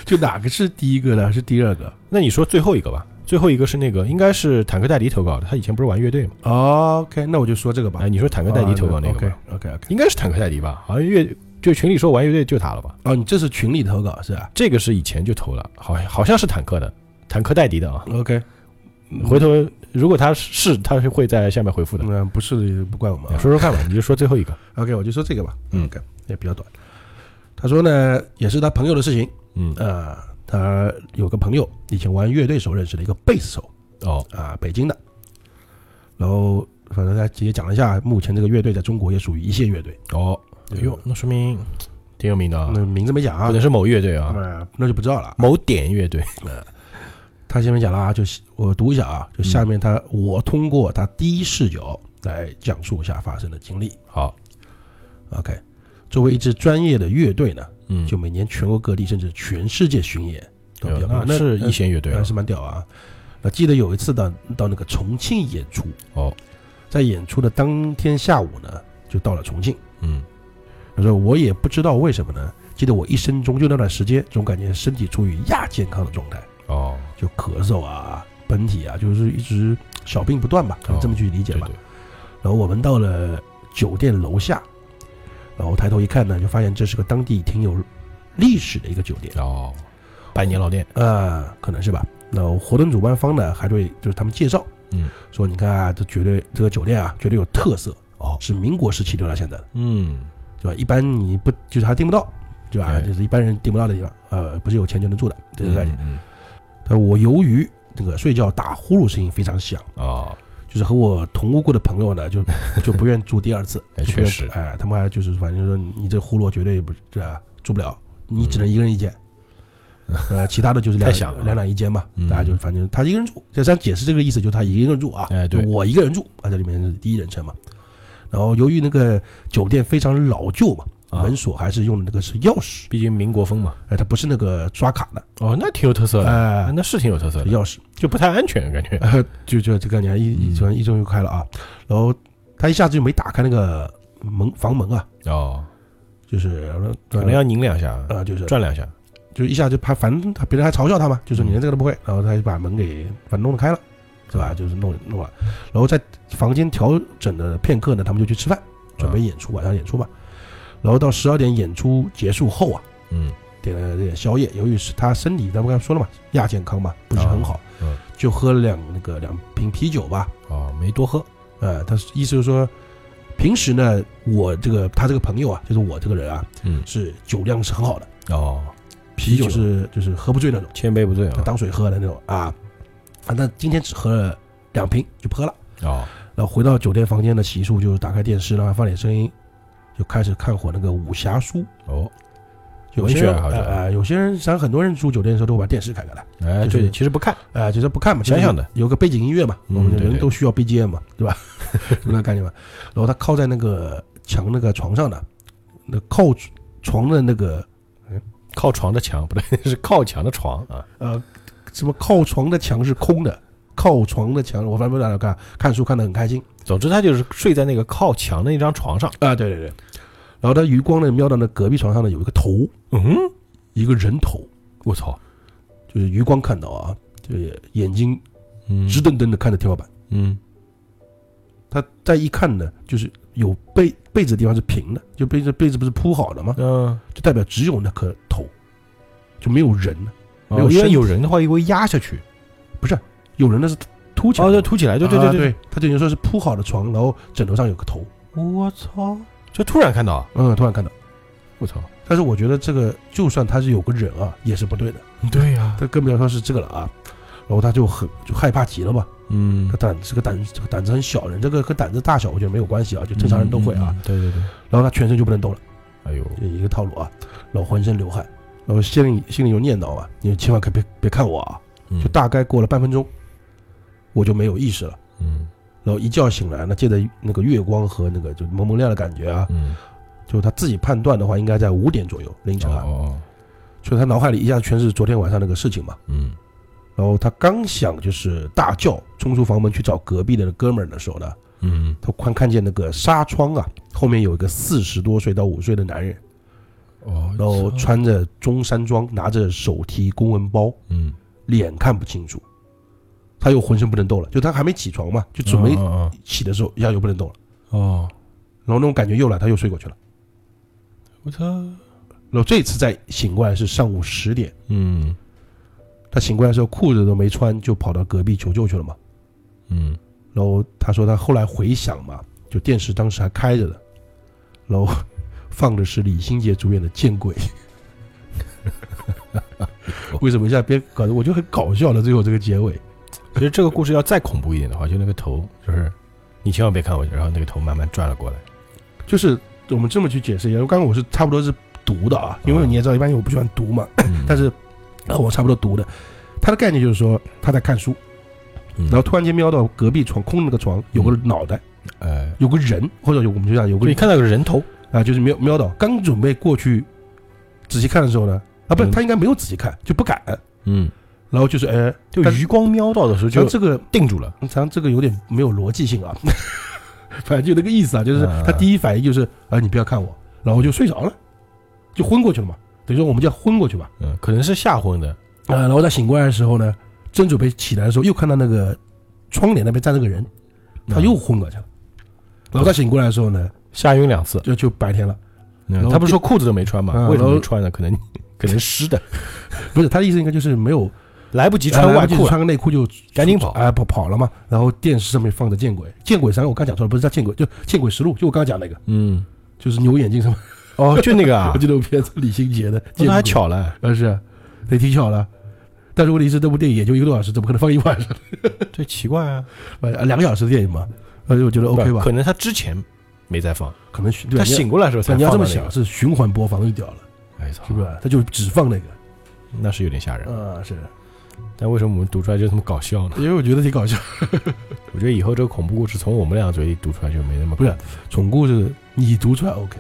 [SPEAKER 2] 就哪个是第一个呢？是第二 个？
[SPEAKER 1] 那你说最后一个吧，最后一个是那个应该是坦克戴迪投稿的，他以前不是玩乐队吗？
[SPEAKER 2] 哦 OK，那我就说这个吧啊
[SPEAKER 1] 哎，。你说坦克戴迪投稿那个吧，
[SPEAKER 2] OK OK OK，
[SPEAKER 1] 应该是坦克戴迪吧？好像乐就群里说玩乐队就他了吧？
[SPEAKER 2] 哦，你这是群里投稿是吧
[SPEAKER 1] 这个是以前就投了，好像好像是坦克的，坦克戴迪的啊。
[SPEAKER 2] ？OK，
[SPEAKER 1] 回头如果他是，他是会在下面回复的。
[SPEAKER 2] 嗯，不是也不怪我们啊。
[SPEAKER 1] 说说看 吧，你就说最后一个。
[SPEAKER 2] OK，我就说这个吧。
[SPEAKER 1] 嗯
[SPEAKER 2] OK，也比较短。他说呢，也是他朋友的事情。
[SPEAKER 1] 嗯，
[SPEAKER 2] 呃，他有个朋友以前玩乐队时候认识的一个贝斯手，
[SPEAKER 1] 哦，
[SPEAKER 2] 啊，北京的。然后反正他直接讲了一下，目前这个乐队在中国也属于一线乐队。
[SPEAKER 1] 哦，哎呦，那说明挺有名的啊，
[SPEAKER 2] 那名字没讲嗯啊
[SPEAKER 1] 可能，是某乐队啊，
[SPEAKER 2] 呃那就不知道了。
[SPEAKER 1] 某点乐队。
[SPEAKER 2] 他前面讲了啊，就是我读一下啊，就
[SPEAKER 1] 嗯
[SPEAKER 2] 下面他、我通过他第一视角来讲述一下发生的经历。
[SPEAKER 1] 好，
[SPEAKER 2] OK，作为一支专业的乐队呢，
[SPEAKER 1] 嗯，呃
[SPEAKER 2] 就每年全国各地甚至全世界巡演，都比较忙
[SPEAKER 1] 那是一线乐队
[SPEAKER 2] 还
[SPEAKER 1] 啊。
[SPEAKER 2] 是蛮屌啊。那记得有一次到到那个重庆演出，
[SPEAKER 1] 哦，
[SPEAKER 2] 在演出的当天下午呢，就到了重庆。
[SPEAKER 1] 嗯，
[SPEAKER 2] 他说我也不知道为什么呢，记得我一生中就那段时间，总感觉身体处于亚健康的状态，
[SPEAKER 1] 哦，
[SPEAKER 2] 就咳嗽啊、本体啊，就是一直小病不断吧，可能这么去理解
[SPEAKER 1] 对
[SPEAKER 2] 吧。
[SPEAKER 1] 哦对，
[SPEAKER 2] 然后我们到了酒店楼下，然后抬头一看呢，就发现这是个当地挺有历史的一个酒店，
[SPEAKER 1] 哦，百年老店。
[SPEAKER 2] 呃，可能是吧。那活动主办方呢，还对就是他们介绍，
[SPEAKER 1] 嗯，
[SPEAKER 2] 说你看啊，这绝对这个酒店啊，绝对有特色，
[SPEAKER 1] 哦，
[SPEAKER 2] 是民国时期留到现在的。
[SPEAKER 1] 嗯，
[SPEAKER 2] 对吧？一般你不就是他订不到，对吧？
[SPEAKER 1] 哎
[SPEAKER 2] 就是一般人订不到的地方，呃，不是有钱就能住的这个概念。
[SPEAKER 1] 嗯，
[SPEAKER 2] 他说我由于这个睡觉打呼噜声音非常响，
[SPEAKER 1] 嗯哦，
[SPEAKER 2] 就是和我同屋过的朋友 呢，就就不愿住第二次，
[SPEAKER 1] 哎
[SPEAKER 2] 就不愿
[SPEAKER 1] 确实
[SPEAKER 2] 哎，他们还就是反正说你这呼噜绝对不是对吧住不了，你只能一个人一间。呃，其他的就是
[SPEAKER 1] 嗯
[SPEAKER 2] 两
[SPEAKER 1] 太响了
[SPEAKER 2] 两两一间嘛，
[SPEAKER 1] 嗯
[SPEAKER 2] 大家就反正他一个人住。这三解释这个意思，就是他一个人住啊，
[SPEAKER 1] 哎对
[SPEAKER 2] 我一个人住啊，这里面是第一人称嘛。然后由于那个酒店非常老旧嘛，
[SPEAKER 1] 啊
[SPEAKER 2] 门锁还是用的那个是钥匙，
[SPEAKER 1] 毕竟民国风嘛。
[SPEAKER 2] 哎，它不是那个刷卡的，
[SPEAKER 1] 哦，那挺有特色的，
[SPEAKER 2] 哎，
[SPEAKER 1] 那是挺有特色的，
[SPEAKER 2] 钥匙，
[SPEAKER 1] 就不太安全感觉。
[SPEAKER 2] 呃， 就就这个年一
[SPEAKER 1] 嗯
[SPEAKER 2] 一转一转就开了啊，然后他一下子就没打开那个门房门啊，
[SPEAKER 1] 哦，
[SPEAKER 2] 就是
[SPEAKER 1] 可能要拧两下，
[SPEAKER 2] 呃就是
[SPEAKER 1] 转嗯两下。
[SPEAKER 2] 就一下就他反正他别人还嘲笑他嘛，就说你连这个都不会，然后他就把门给反正弄得开了，是
[SPEAKER 1] 嗯
[SPEAKER 2] 吧？就是弄弄了，然后在房间调整的片刻呢，他们就去吃饭，
[SPEAKER 1] 嗯
[SPEAKER 2] 准备演出晚上演出嘛，然后到十二点演出结束后啊，
[SPEAKER 1] 嗯，
[SPEAKER 2] 点了点宵夜，由于是他身体，咱们刚才说了嘛，亚健康嘛，不是很好，
[SPEAKER 1] 嗯
[SPEAKER 2] 就喝了两那个两瓶啤酒吧。
[SPEAKER 1] 哦，没多喝。
[SPEAKER 2] 呃，他意思就是说，平时呢，我这个他这个朋友啊，就是我这个人啊，
[SPEAKER 1] 嗯，
[SPEAKER 2] 是酒量是很好的，
[SPEAKER 1] 哦，
[SPEAKER 2] 啤酒是就是喝不醉那种，
[SPEAKER 1] 千杯不醉啊。
[SPEAKER 2] 当水喝的那种啊。反正今天只喝了两瓶就不喝了，
[SPEAKER 1] 哦，
[SPEAKER 2] 然后回到酒店房间的洗漱，就打开电视，然后放点声音，就开始看会儿那个武侠书。
[SPEAKER 1] 哦，
[SPEAKER 2] 有些
[SPEAKER 1] 文学
[SPEAKER 2] 人
[SPEAKER 1] 爱啊好者
[SPEAKER 2] 呃呃，有些人，实际上很多人住酒店的时候都会把电视开开的。
[SPEAKER 1] 哎，
[SPEAKER 2] 就是
[SPEAKER 1] 对，其实不看。
[SPEAKER 2] 啊，就是不看嘛，
[SPEAKER 1] 想想的，
[SPEAKER 2] 有个背景音乐嘛，
[SPEAKER 1] 嗯
[SPEAKER 2] 我们
[SPEAKER 1] 对
[SPEAKER 2] 人
[SPEAKER 1] 对
[SPEAKER 2] 都需要 BGM 嘛，对吧？就那概念嘛。然后他靠在那个墙那个床上的，那靠床的那个
[SPEAKER 1] 靠床的墙不对，是靠墙的床啊。
[SPEAKER 2] 呃什么靠床的墙是空的，靠床的墙我反正不知道看看书看得很开心
[SPEAKER 1] 总之，他就是睡在那个靠墙的那张床上。
[SPEAKER 2] 啊，对对对。然后他余光呢瞄到那隔壁床上呢有一个头，
[SPEAKER 1] 嗯，
[SPEAKER 2] 一个人头，
[SPEAKER 1] 我操，
[SPEAKER 2] 就是余光看到啊，就是眼睛
[SPEAKER 1] 嗯
[SPEAKER 2] 直瞪瞪的看着天花板。
[SPEAKER 1] 嗯，
[SPEAKER 2] 他再一看呢，就是有被被子的地方是平的，就被子被子不是铺好的吗？
[SPEAKER 1] 嗯，
[SPEAKER 2] 就代表只有那颗头，就没有人了。
[SPEAKER 1] 哦
[SPEAKER 2] 没有
[SPEAKER 1] 因
[SPEAKER 2] 身
[SPEAKER 1] 为
[SPEAKER 2] 体
[SPEAKER 1] 有人的话，又会压下去。
[SPEAKER 2] 有人那是凸起来
[SPEAKER 1] 哦，对，
[SPEAKER 2] 的，
[SPEAKER 1] 凸起来，对对
[SPEAKER 2] 啊
[SPEAKER 1] 对
[SPEAKER 2] 对，他就已经说是铺好的床，然后枕头上有个头。
[SPEAKER 1] 对。我操！就突然看到啊，
[SPEAKER 2] 嗯，突然看到。
[SPEAKER 1] 我操！
[SPEAKER 2] 但是我觉得这个，就算他是有个人啊，也是不对的。
[SPEAKER 1] 对呀，
[SPEAKER 2] 他更不要说是这个了啊。然后他就很就害怕极了嘛。
[SPEAKER 1] 嗯
[SPEAKER 2] 他，胆这个胆这个胆子很小人，这个和胆子大小我觉得没有关系啊，就正常人都会啊。
[SPEAKER 1] 嗯。嗯嗯对对对，
[SPEAKER 2] 然后他全身就不能动了，
[SPEAKER 1] 哎呦，
[SPEAKER 2] 就一个套路啊。然后浑身流汗，然后心里心里有念叨啊，你千万可别别看我啊。
[SPEAKER 1] 嗯
[SPEAKER 2] 就大概过了半分钟，我就没有意识了。
[SPEAKER 1] 嗯
[SPEAKER 2] 然后一觉醒来呢，借着那个月光和那个就蒙蒙亮的感觉啊，
[SPEAKER 1] 嗯，
[SPEAKER 2] 就他自己判断的话，应该在五点左右凌晨
[SPEAKER 1] 哦
[SPEAKER 2] 啊，
[SPEAKER 1] 哦，
[SPEAKER 2] 所以他脑海里一下子全是昨天晚上那个事情嘛。
[SPEAKER 1] 嗯
[SPEAKER 2] 然后他刚想就是大叫冲出房门去找隔壁的哥们儿的时候呢，
[SPEAKER 1] 嗯，
[SPEAKER 2] 他看看见那个纱窗啊后面有一个四十多岁到五岁的男人，
[SPEAKER 1] 哦，
[SPEAKER 2] 然后
[SPEAKER 1] 操
[SPEAKER 2] 穿着中山装，拿着手提公文包，
[SPEAKER 1] 嗯，
[SPEAKER 2] 脸看不清楚，他又浑身不能动了，就他还没起床嘛，就准备
[SPEAKER 1] 哦
[SPEAKER 2] 起的时候一下就不能动了。
[SPEAKER 1] 哦，
[SPEAKER 2] 然后那种感觉又来，他又睡过去了。
[SPEAKER 1] 哦
[SPEAKER 2] 我操！然后这次再醒过来是上午十点，
[SPEAKER 1] 嗯
[SPEAKER 2] 他醒过来的时候裤子都没穿，就跑到隔壁求救去了嘛。
[SPEAKER 1] 嗯
[SPEAKER 2] 然后他说他后来回想嘛，就电视当时还开着的，然后放的是李心洁主演的《见鬼》。为什么一下别搞得我就很搞笑了？最后这个结尾，
[SPEAKER 1] 其实这个故事要再恐怖一点的话，就那个头，就是你千万别看我，然后那个头慢慢转了过来。
[SPEAKER 2] 就是我们这么去解释一下。因为刚刚我是差不多是读的啊，因为
[SPEAKER 1] 嗯
[SPEAKER 2] 你也知道，一般我不喜欢读嘛，但是呃我差不多读的。他的概念就是说他在看书，
[SPEAKER 1] 嗯，
[SPEAKER 2] 然后突然间瞄到隔壁床空的那个床有个脑袋，
[SPEAKER 1] 呃，
[SPEAKER 2] 有个人，或者有我们就讲有
[SPEAKER 1] 就
[SPEAKER 2] 个
[SPEAKER 1] 你看到个人头，
[SPEAKER 2] 啊，就是瞄瞄到，刚准备过去仔细看的时候呢，啊，不是，
[SPEAKER 1] 嗯
[SPEAKER 2] 他应该没有仔细看，就不敢，
[SPEAKER 1] 嗯，
[SPEAKER 2] 然后就是哎，
[SPEAKER 1] 就
[SPEAKER 2] 但是
[SPEAKER 1] 余光瞄到的时候
[SPEAKER 2] 就
[SPEAKER 1] 就
[SPEAKER 2] 这个，
[SPEAKER 1] 定住了，
[SPEAKER 2] 实际上这个有点没有逻辑性啊， 反正就那个意思啊，就是
[SPEAKER 1] 嗯
[SPEAKER 2] 他第一反应就是啊，你不要看我，然后我就睡着了，就昏过去了嘛，等于说我们叫昏过去吧，
[SPEAKER 1] 嗯，可能是吓昏的，
[SPEAKER 2] 啊，然后他醒过来的时候呢，正准备起来的时候，又看到那个窗帘那边站着个人，
[SPEAKER 1] 嗯
[SPEAKER 2] 他又昏过去了，然后他醒过来的时候呢，
[SPEAKER 1] 吓晕两次。
[SPEAKER 2] 就就白天了。嗯然
[SPEAKER 1] 嗯
[SPEAKER 2] 后
[SPEAKER 1] 他不是说裤子都没穿吗？
[SPEAKER 2] 嗯
[SPEAKER 1] 为什么
[SPEAKER 2] 然
[SPEAKER 1] 没
[SPEAKER 2] 后
[SPEAKER 1] 穿呢？可能 可能湿 的，
[SPEAKER 2] 不是他的意思，应该就是没有啊
[SPEAKER 1] 来不及穿外
[SPEAKER 2] 就
[SPEAKER 1] 裤了，啊
[SPEAKER 2] 穿个内裤就
[SPEAKER 1] 赶紧跑。
[SPEAKER 2] 哎跑跑了嘛。然后电视上面放着《见鬼》，《见鬼》三个我刚讲错了，不是叫《见鬼》，就《见鬼实录》，就我刚讲那个，
[SPEAKER 1] 嗯，
[SPEAKER 2] 就是牛眼睛什么，
[SPEAKER 1] 哦，就那个啊
[SPEAKER 2] 我，记得有片子李心洁的《
[SPEAKER 1] 那
[SPEAKER 2] 见
[SPEAKER 1] 他
[SPEAKER 2] 鬼
[SPEAKER 1] 还》，巧了，
[SPEAKER 2] 啊是啊，也挺巧的。但是问题是，这部电影也就一个多小时，怎么可能放一晚上？
[SPEAKER 1] 这奇怪啊。
[SPEAKER 2] 呃两个小时的电影嘛，而且我觉得 OK
[SPEAKER 1] 不
[SPEAKER 2] 吧，
[SPEAKER 1] 可能他之前没在放，
[SPEAKER 2] 可能循对
[SPEAKER 1] 他
[SPEAKER 2] 吧你要
[SPEAKER 1] 醒过来的时候才
[SPEAKER 2] 你要这么
[SPEAKER 1] 放的那
[SPEAKER 2] 想
[SPEAKER 1] 个，
[SPEAKER 2] 是循环播放就屌了，
[SPEAKER 1] 哎操
[SPEAKER 2] 是，不是？他就只放那个，
[SPEAKER 1] 那是有点吓人。
[SPEAKER 2] 啊是，
[SPEAKER 1] 但为什么我们读出来就这么搞笑呢？
[SPEAKER 2] 因为我觉得挺搞笑。
[SPEAKER 1] 我觉得以后这个恐怖故事从我们俩嘴里读出来就没那么
[SPEAKER 2] 不是 总故事你读出来 OK，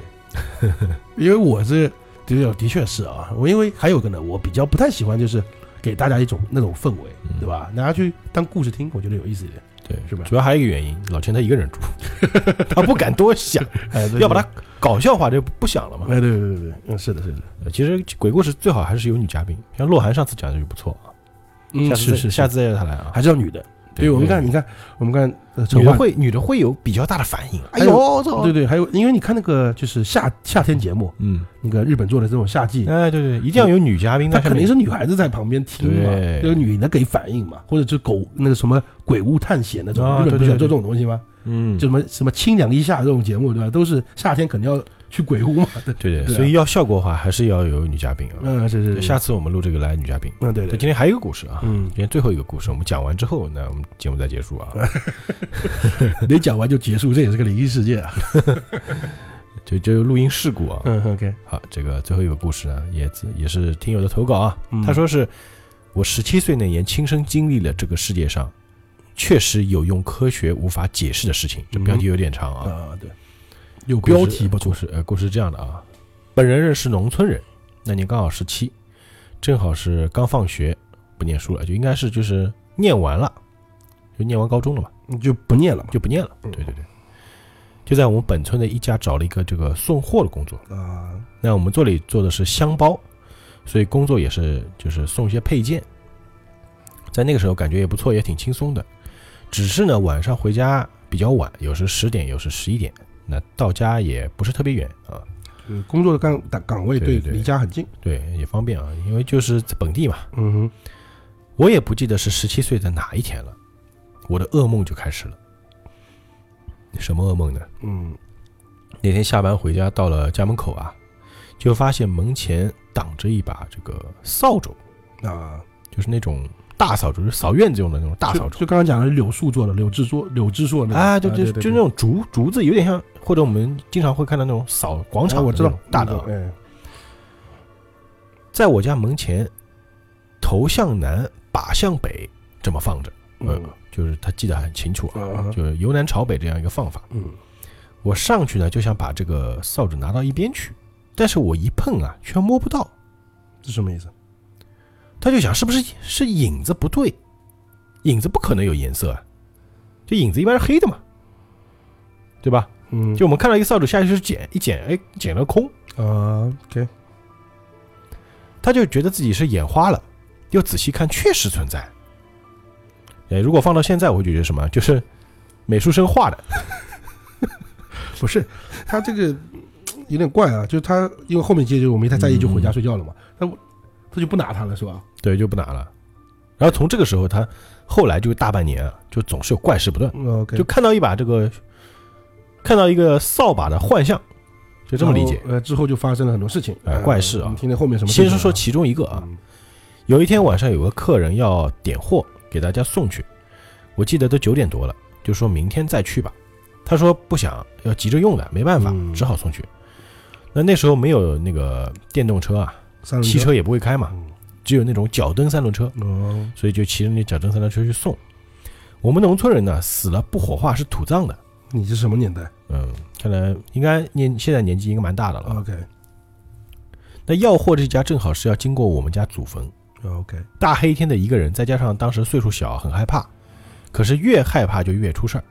[SPEAKER 2] 因为我是的的确是啊，我因为还有个呢，我比较不太喜欢就是给大家一种那种氛围，
[SPEAKER 1] 嗯
[SPEAKER 2] 对吧？大家去当故事听，我觉得有意思一点。
[SPEAKER 1] 对，
[SPEAKER 2] 是吧
[SPEAKER 1] 主要还有一个原因，老钱他一个人住， 他不敢多想，
[SPEAKER 2] 哎，对
[SPEAKER 1] 要把它搞笑化就不想了嘛。
[SPEAKER 2] 哎，对对对对，嗯，是的，是的，
[SPEAKER 1] 呃其实鬼故事最好还是有女嘉宾，像洛涵上次讲的就不错啊，下次
[SPEAKER 2] 嗯是
[SPEAKER 1] 再
[SPEAKER 2] 是，
[SPEAKER 1] 下
[SPEAKER 2] 下
[SPEAKER 1] 次再让他来啊。
[SPEAKER 2] 还是要女的。对，我们看，你看，我们看，呃，
[SPEAKER 1] 女
[SPEAKER 2] 陈
[SPEAKER 1] 的
[SPEAKER 2] 焕，
[SPEAKER 1] 会女的会有比较大的反应，哎
[SPEAKER 2] 还有哦
[SPEAKER 1] 我操
[SPEAKER 2] 对对，还有，因为你看那个就是夏夏天节目，
[SPEAKER 1] 嗯，
[SPEAKER 2] 那个日本做的这种夏季，
[SPEAKER 1] 哎对对，一定要有女嘉宾
[SPEAKER 2] 那
[SPEAKER 1] 在下
[SPEAKER 2] 肯定
[SPEAKER 1] 面，
[SPEAKER 2] 是女孩子在旁边听嘛
[SPEAKER 1] 对，
[SPEAKER 2] 就是女的给反应嘛，或者是狗那个什么鬼屋探险那种，
[SPEAKER 1] 啊
[SPEAKER 2] 日本不
[SPEAKER 1] 对
[SPEAKER 2] 喜欢
[SPEAKER 1] 对
[SPEAKER 2] 做这种东西吗？
[SPEAKER 1] 嗯
[SPEAKER 2] 就，什么什么清凉一下这种节目，对吧？都是夏天肯定要去鬼屋嘛。
[SPEAKER 1] 对
[SPEAKER 2] 对，
[SPEAKER 1] 对，
[SPEAKER 2] 对啊
[SPEAKER 1] 所以要效果化还是要有女嘉宾啊。
[SPEAKER 2] 嗯，是是是，
[SPEAKER 1] 下次我们录这个来女嘉宾。
[SPEAKER 2] 嗯对
[SPEAKER 1] 对，
[SPEAKER 2] 对，
[SPEAKER 1] 今天还有一个故事啊，
[SPEAKER 2] 嗯
[SPEAKER 1] 今，天最后一个故事，我们讲完之后，那我们节目再结束啊。
[SPEAKER 2] 你讲完就结束，这也是个灵异事件啊。
[SPEAKER 1] 就就录音事故啊。
[SPEAKER 2] 嗯，OK，
[SPEAKER 1] 好，这个最后一个故事呢，也也是听友的投稿啊。
[SPEAKER 2] 嗯
[SPEAKER 1] 他说是我十七岁那年亲身经历了这个世界上确实有用科学无法解释的事情。这标题有点长啊。
[SPEAKER 2] 啊，对，有
[SPEAKER 1] 故事
[SPEAKER 2] 嗯标题不
[SPEAKER 1] 故
[SPEAKER 2] 错，
[SPEAKER 1] 事呃，故事是这样的啊。本人认识农村人，那年刚好十七，正好是刚放学不念书了，就应该是就是念完了，就念完高中了嘛，
[SPEAKER 2] 就不念了嘛。
[SPEAKER 1] 就不念了。
[SPEAKER 2] 嗯
[SPEAKER 1] 对对对，就在我们本村的一家找了一个这个送货的工作。
[SPEAKER 2] 啊，
[SPEAKER 1] 那我们这里做的是箱包，所以工作也是就是送一些配件。在那个时候感觉也不错，也挺轻松的。只是呢，晚上回家比较晚，有时十点，有时十一点。那到家也不是特别远啊，
[SPEAKER 2] 呃工作的岗岗岗位
[SPEAKER 1] 对
[SPEAKER 2] 对
[SPEAKER 1] 对
[SPEAKER 2] 离家很近。
[SPEAKER 1] 对，也方便啊，因为就是在本地嘛。
[SPEAKER 2] 嗯哼，
[SPEAKER 1] 我也不记得是十七岁的哪一天了，我的噩梦就开始了。什么噩梦呢？
[SPEAKER 2] 嗯，
[SPEAKER 1] 那天下班回家，到了家门口啊，就发现门前挡着一把这个扫帚。
[SPEAKER 2] 啊，
[SPEAKER 1] 就是那种大扫帚，就是扫院子用的那种大扫
[SPEAKER 2] 就
[SPEAKER 1] 帚
[SPEAKER 2] 就刚刚讲的柳树做的，柳枝做柳枝做那个
[SPEAKER 1] 啊，对
[SPEAKER 2] 对
[SPEAKER 1] 对，就那种竹竹子，有点像，或者我们经常会看到那种扫广
[SPEAKER 2] 啊
[SPEAKER 1] 场
[SPEAKER 2] 我
[SPEAKER 1] 的
[SPEAKER 2] 知
[SPEAKER 1] 那
[SPEAKER 2] 道
[SPEAKER 1] 种大的
[SPEAKER 2] 的，
[SPEAKER 1] 啊，
[SPEAKER 2] 嗯
[SPEAKER 1] 在我家门前，头向南，把向北这么放着，
[SPEAKER 2] 嗯
[SPEAKER 1] 就是他记得很清楚啊
[SPEAKER 2] 啊，
[SPEAKER 1] 就是由南朝北这样一个放法。
[SPEAKER 2] 嗯
[SPEAKER 1] 我上去呢，就想把这个扫帚拿到一边去，但是我一碰啊，却摸不到，
[SPEAKER 2] 是什么意思？
[SPEAKER 1] 他就想是不是是影子不对，影子不可能有颜色啊，这影子一般是黑的嘛，对吧？
[SPEAKER 2] 嗯，
[SPEAKER 1] 就我们看到一个扫帚下去是捡一捡，哎，捡了空，
[SPEAKER 2] 啊，OK，
[SPEAKER 1] 他就觉得自己是眼花了，又仔细看确实存在。哎，如果放到现在，我会觉得什么？就是美术生画的，
[SPEAKER 2] 不是，他这个有点怪啊，就是他因为后面接就我没太在意，就
[SPEAKER 1] 嗯
[SPEAKER 2] 回家睡觉了嘛。那我他就不拿他了是吧？
[SPEAKER 1] 对，就不拿了。然后从这个时候，他后来就大半年啊，就总是有怪事不断，
[SPEAKER 2] 嗯，OK，
[SPEAKER 1] 就看到一把这个，看到一个扫把的幻象，就这么理解
[SPEAKER 2] 然。后呃，之后就发生了很多事情，
[SPEAKER 1] 哎
[SPEAKER 2] 呃
[SPEAKER 1] 怪事啊
[SPEAKER 2] 我们听听后面什么事情
[SPEAKER 1] 先
[SPEAKER 2] 啊？
[SPEAKER 1] 说说其中一个啊，
[SPEAKER 2] 嗯
[SPEAKER 1] 有一天晚上有个客人要点货给大家送去，我记得都九点多了，就说明天再去吧。他说不想要急着用的，没办法
[SPEAKER 2] 嗯，
[SPEAKER 1] 只好送去。那那时候没有那个电动车啊，
[SPEAKER 2] 三轮
[SPEAKER 1] 汽车也不会开嘛，
[SPEAKER 2] 嗯
[SPEAKER 1] 只有那种脚蹬三轮车，
[SPEAKER 2] 哦，
[SPEAKER 1] 所以就骑着那脚蹬三轮车去送。我们农村人呢，死了不火化是土葬的。
[SPEAKER 2] 你是什么年代
[SPEAKER 1] 嗯，看来应该年现在年纪应该蛮大的了。
[SPEAKER 2] ？OK
[SPEAKER 1] 那要货这家正好是要经过我们家祖坟，
[SPEAKER 2] OK，
[SPEAKER 1] 大黑天的一个人，再加上当时岁数小，很害怕。可是越害怕就越出事儿。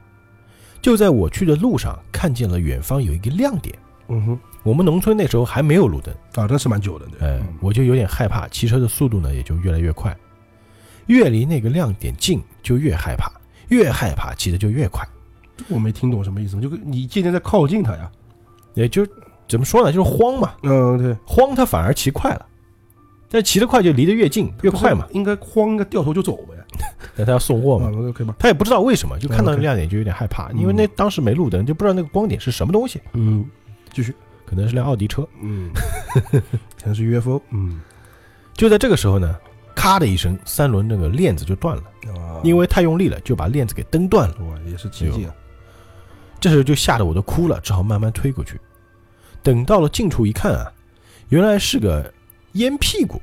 [SPEAKER 1] 就在我去的路上，看见了远方有一个亮点。
[SPEAKER 2] 嗯哼，
[SPEAKER 1] 我们农村那时候还没有路灯，
[SPEAKER 2] 啊，那是蛮久的，对，
[SPEAKER 1] 哎
[SPEAKER 2] 嗯，
[SPEAKER 1] 我就有点害怕，骑车的速度呢也就越来越快，越离那个亮点近就越害怕，越害怕骑的就越快。
[SPEAKER 2] 这个我没听懂什么意思，就你渐渐在靠近他呀。
[SPEAKER 1] 也就怎么说呢，就是慌嘛，
[SPEAKER 2] 嗯，对，
[SPEAKER 1] 慌它反而骑快了，但骑得快就离得越近越快 嘛
[SPEAKER 2] 不，是，应该慌，应该掉头就走呗。
[SPEAKER 1] 但他要送货嘛
[SPEAKER 2] 啊，，可以吧？
[SPEAKER 1] 他也不知道为什么，就看到那
[SPEAKER 2] OK
[SPEAKER 1] 亮点就有点害怕，
[SPEAKER 2] 嗯
[SPEAKER 1] 因为那当时没路灯，就不知道那个光点是什么东西，
[SPEAKER 2] 嗯，继续。
[SPEAKER 1] 可能是辆奥迪车。
[SPEAKER 2] 嗯，可能是 UFO。嗯，
[SPEAKER 1] 就在这个时候呢，咔的一声，三轮那个链子就断了，
[SPEAKER 2] 啊
[SPEAKER 1] 因为太用力了，就把链子给蹬断了。
[SPEAKER 2] 哇，也是奇迹啊。
[SPEAKER 1] 这时候就吓得我都哭了，只好慢慢推过去。等到了近处一看啊，原来是个烟屁股，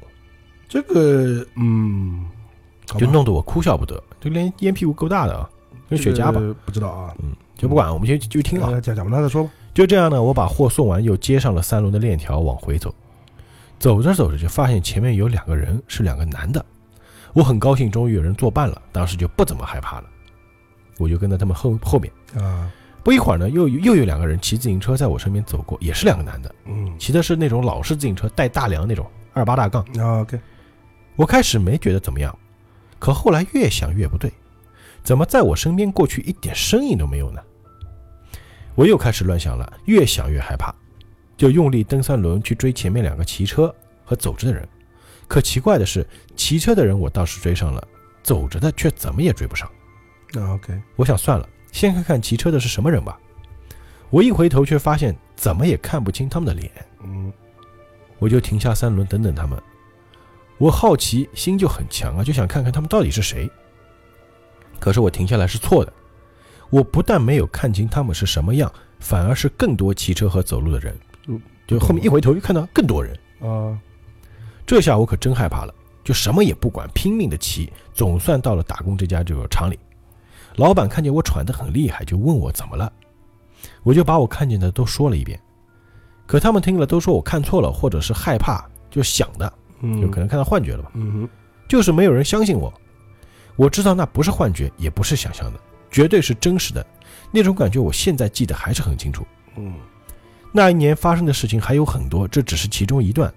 [SPEAKER 2] 这个，嗯，好吧
[SPEAKER 1] 就弄得我哭笑不得。就连烟屁股够大的啊，跟雪茄吧，
[SPEAKER 2] 这个不知道啊，
[SPEAKER 1] 嗯，就不管，我们先就听啊。
[SPEAKER 2] 呃讲讲吧，那再说吧。
[SPEAKER 1] 就这样呢，我把货送完，又接上了三轮的链条往回走。走着走着就发现前面有两个人，是两个男的。我很高兴，终于有人作伴了，当时就不怎么害怕了。我就跟在他们后后面。
[SPEAKER 2] 啊，
[SPEAKER 1] 不一会儿呢，又又有两个人骑自行车在我身边走过，也是两个男的，
[SPEAKER 2] 嗯
[SPEAKER 1] 骑的是那种老式自行车，带大梁那种二八大杠。
[SPEAKER 2] 啊，OK，
[SPEAKER 1] 我开始没觉得怎么样，可后来越想越不对，怎么在我身边过去一点声音都没有呢？我又开始乱想了，越想越害怕，就用力蹬三轮去追前面两个骑车和走着的人。可奇怪的是，骑车的人我倒是追上了，走着的却怎么也追不上。
[SPEAKER 2] 啊，OK，
[SPEAKER 1] 我想算了，先看看骑车的是什么人吧。我一回头却发现怎么也看不清他们的脸，
[SPEAKER 2] 嗯，
[SPEAKER 1] 我就停下三轮等等他们。我好奇心就很强啊，就想看看他们到底是谁。可是我停下来是错的，我不但没有看清他们是什么样，反而是更多骑车和走路的人
[SPEAKER 2] 嗯。
[SPEAKER 1] 就后面一回头又看到更多人，
[SPEAKER 2] 啊，
[SPEAKER 1] 这下我可真害怕了，就什么也不管，拼命的骑。总算到了打工这家这个厂里，老板看见我喘得很厉害，就问我怎么了，我就把我看见的都说了一遍。可他们听了都说我看错了，或者是害怕，就想的，
[SPEAKER 2] 嗯，
[SPEAKER 1] 有可能看到幻觉了吧？
[SPEAKER 2] 嗯哼，
[SPEAKER 1] 就是没有人相信我。我知道那不是幻觉，也不是想象的，绝对是真实的。那种感觉我现在记得还是很清楚。
[SPEAKER 2] 嗯，
[SPEAKER 1] 那一年发生的事情还有很多，这只是其中一段。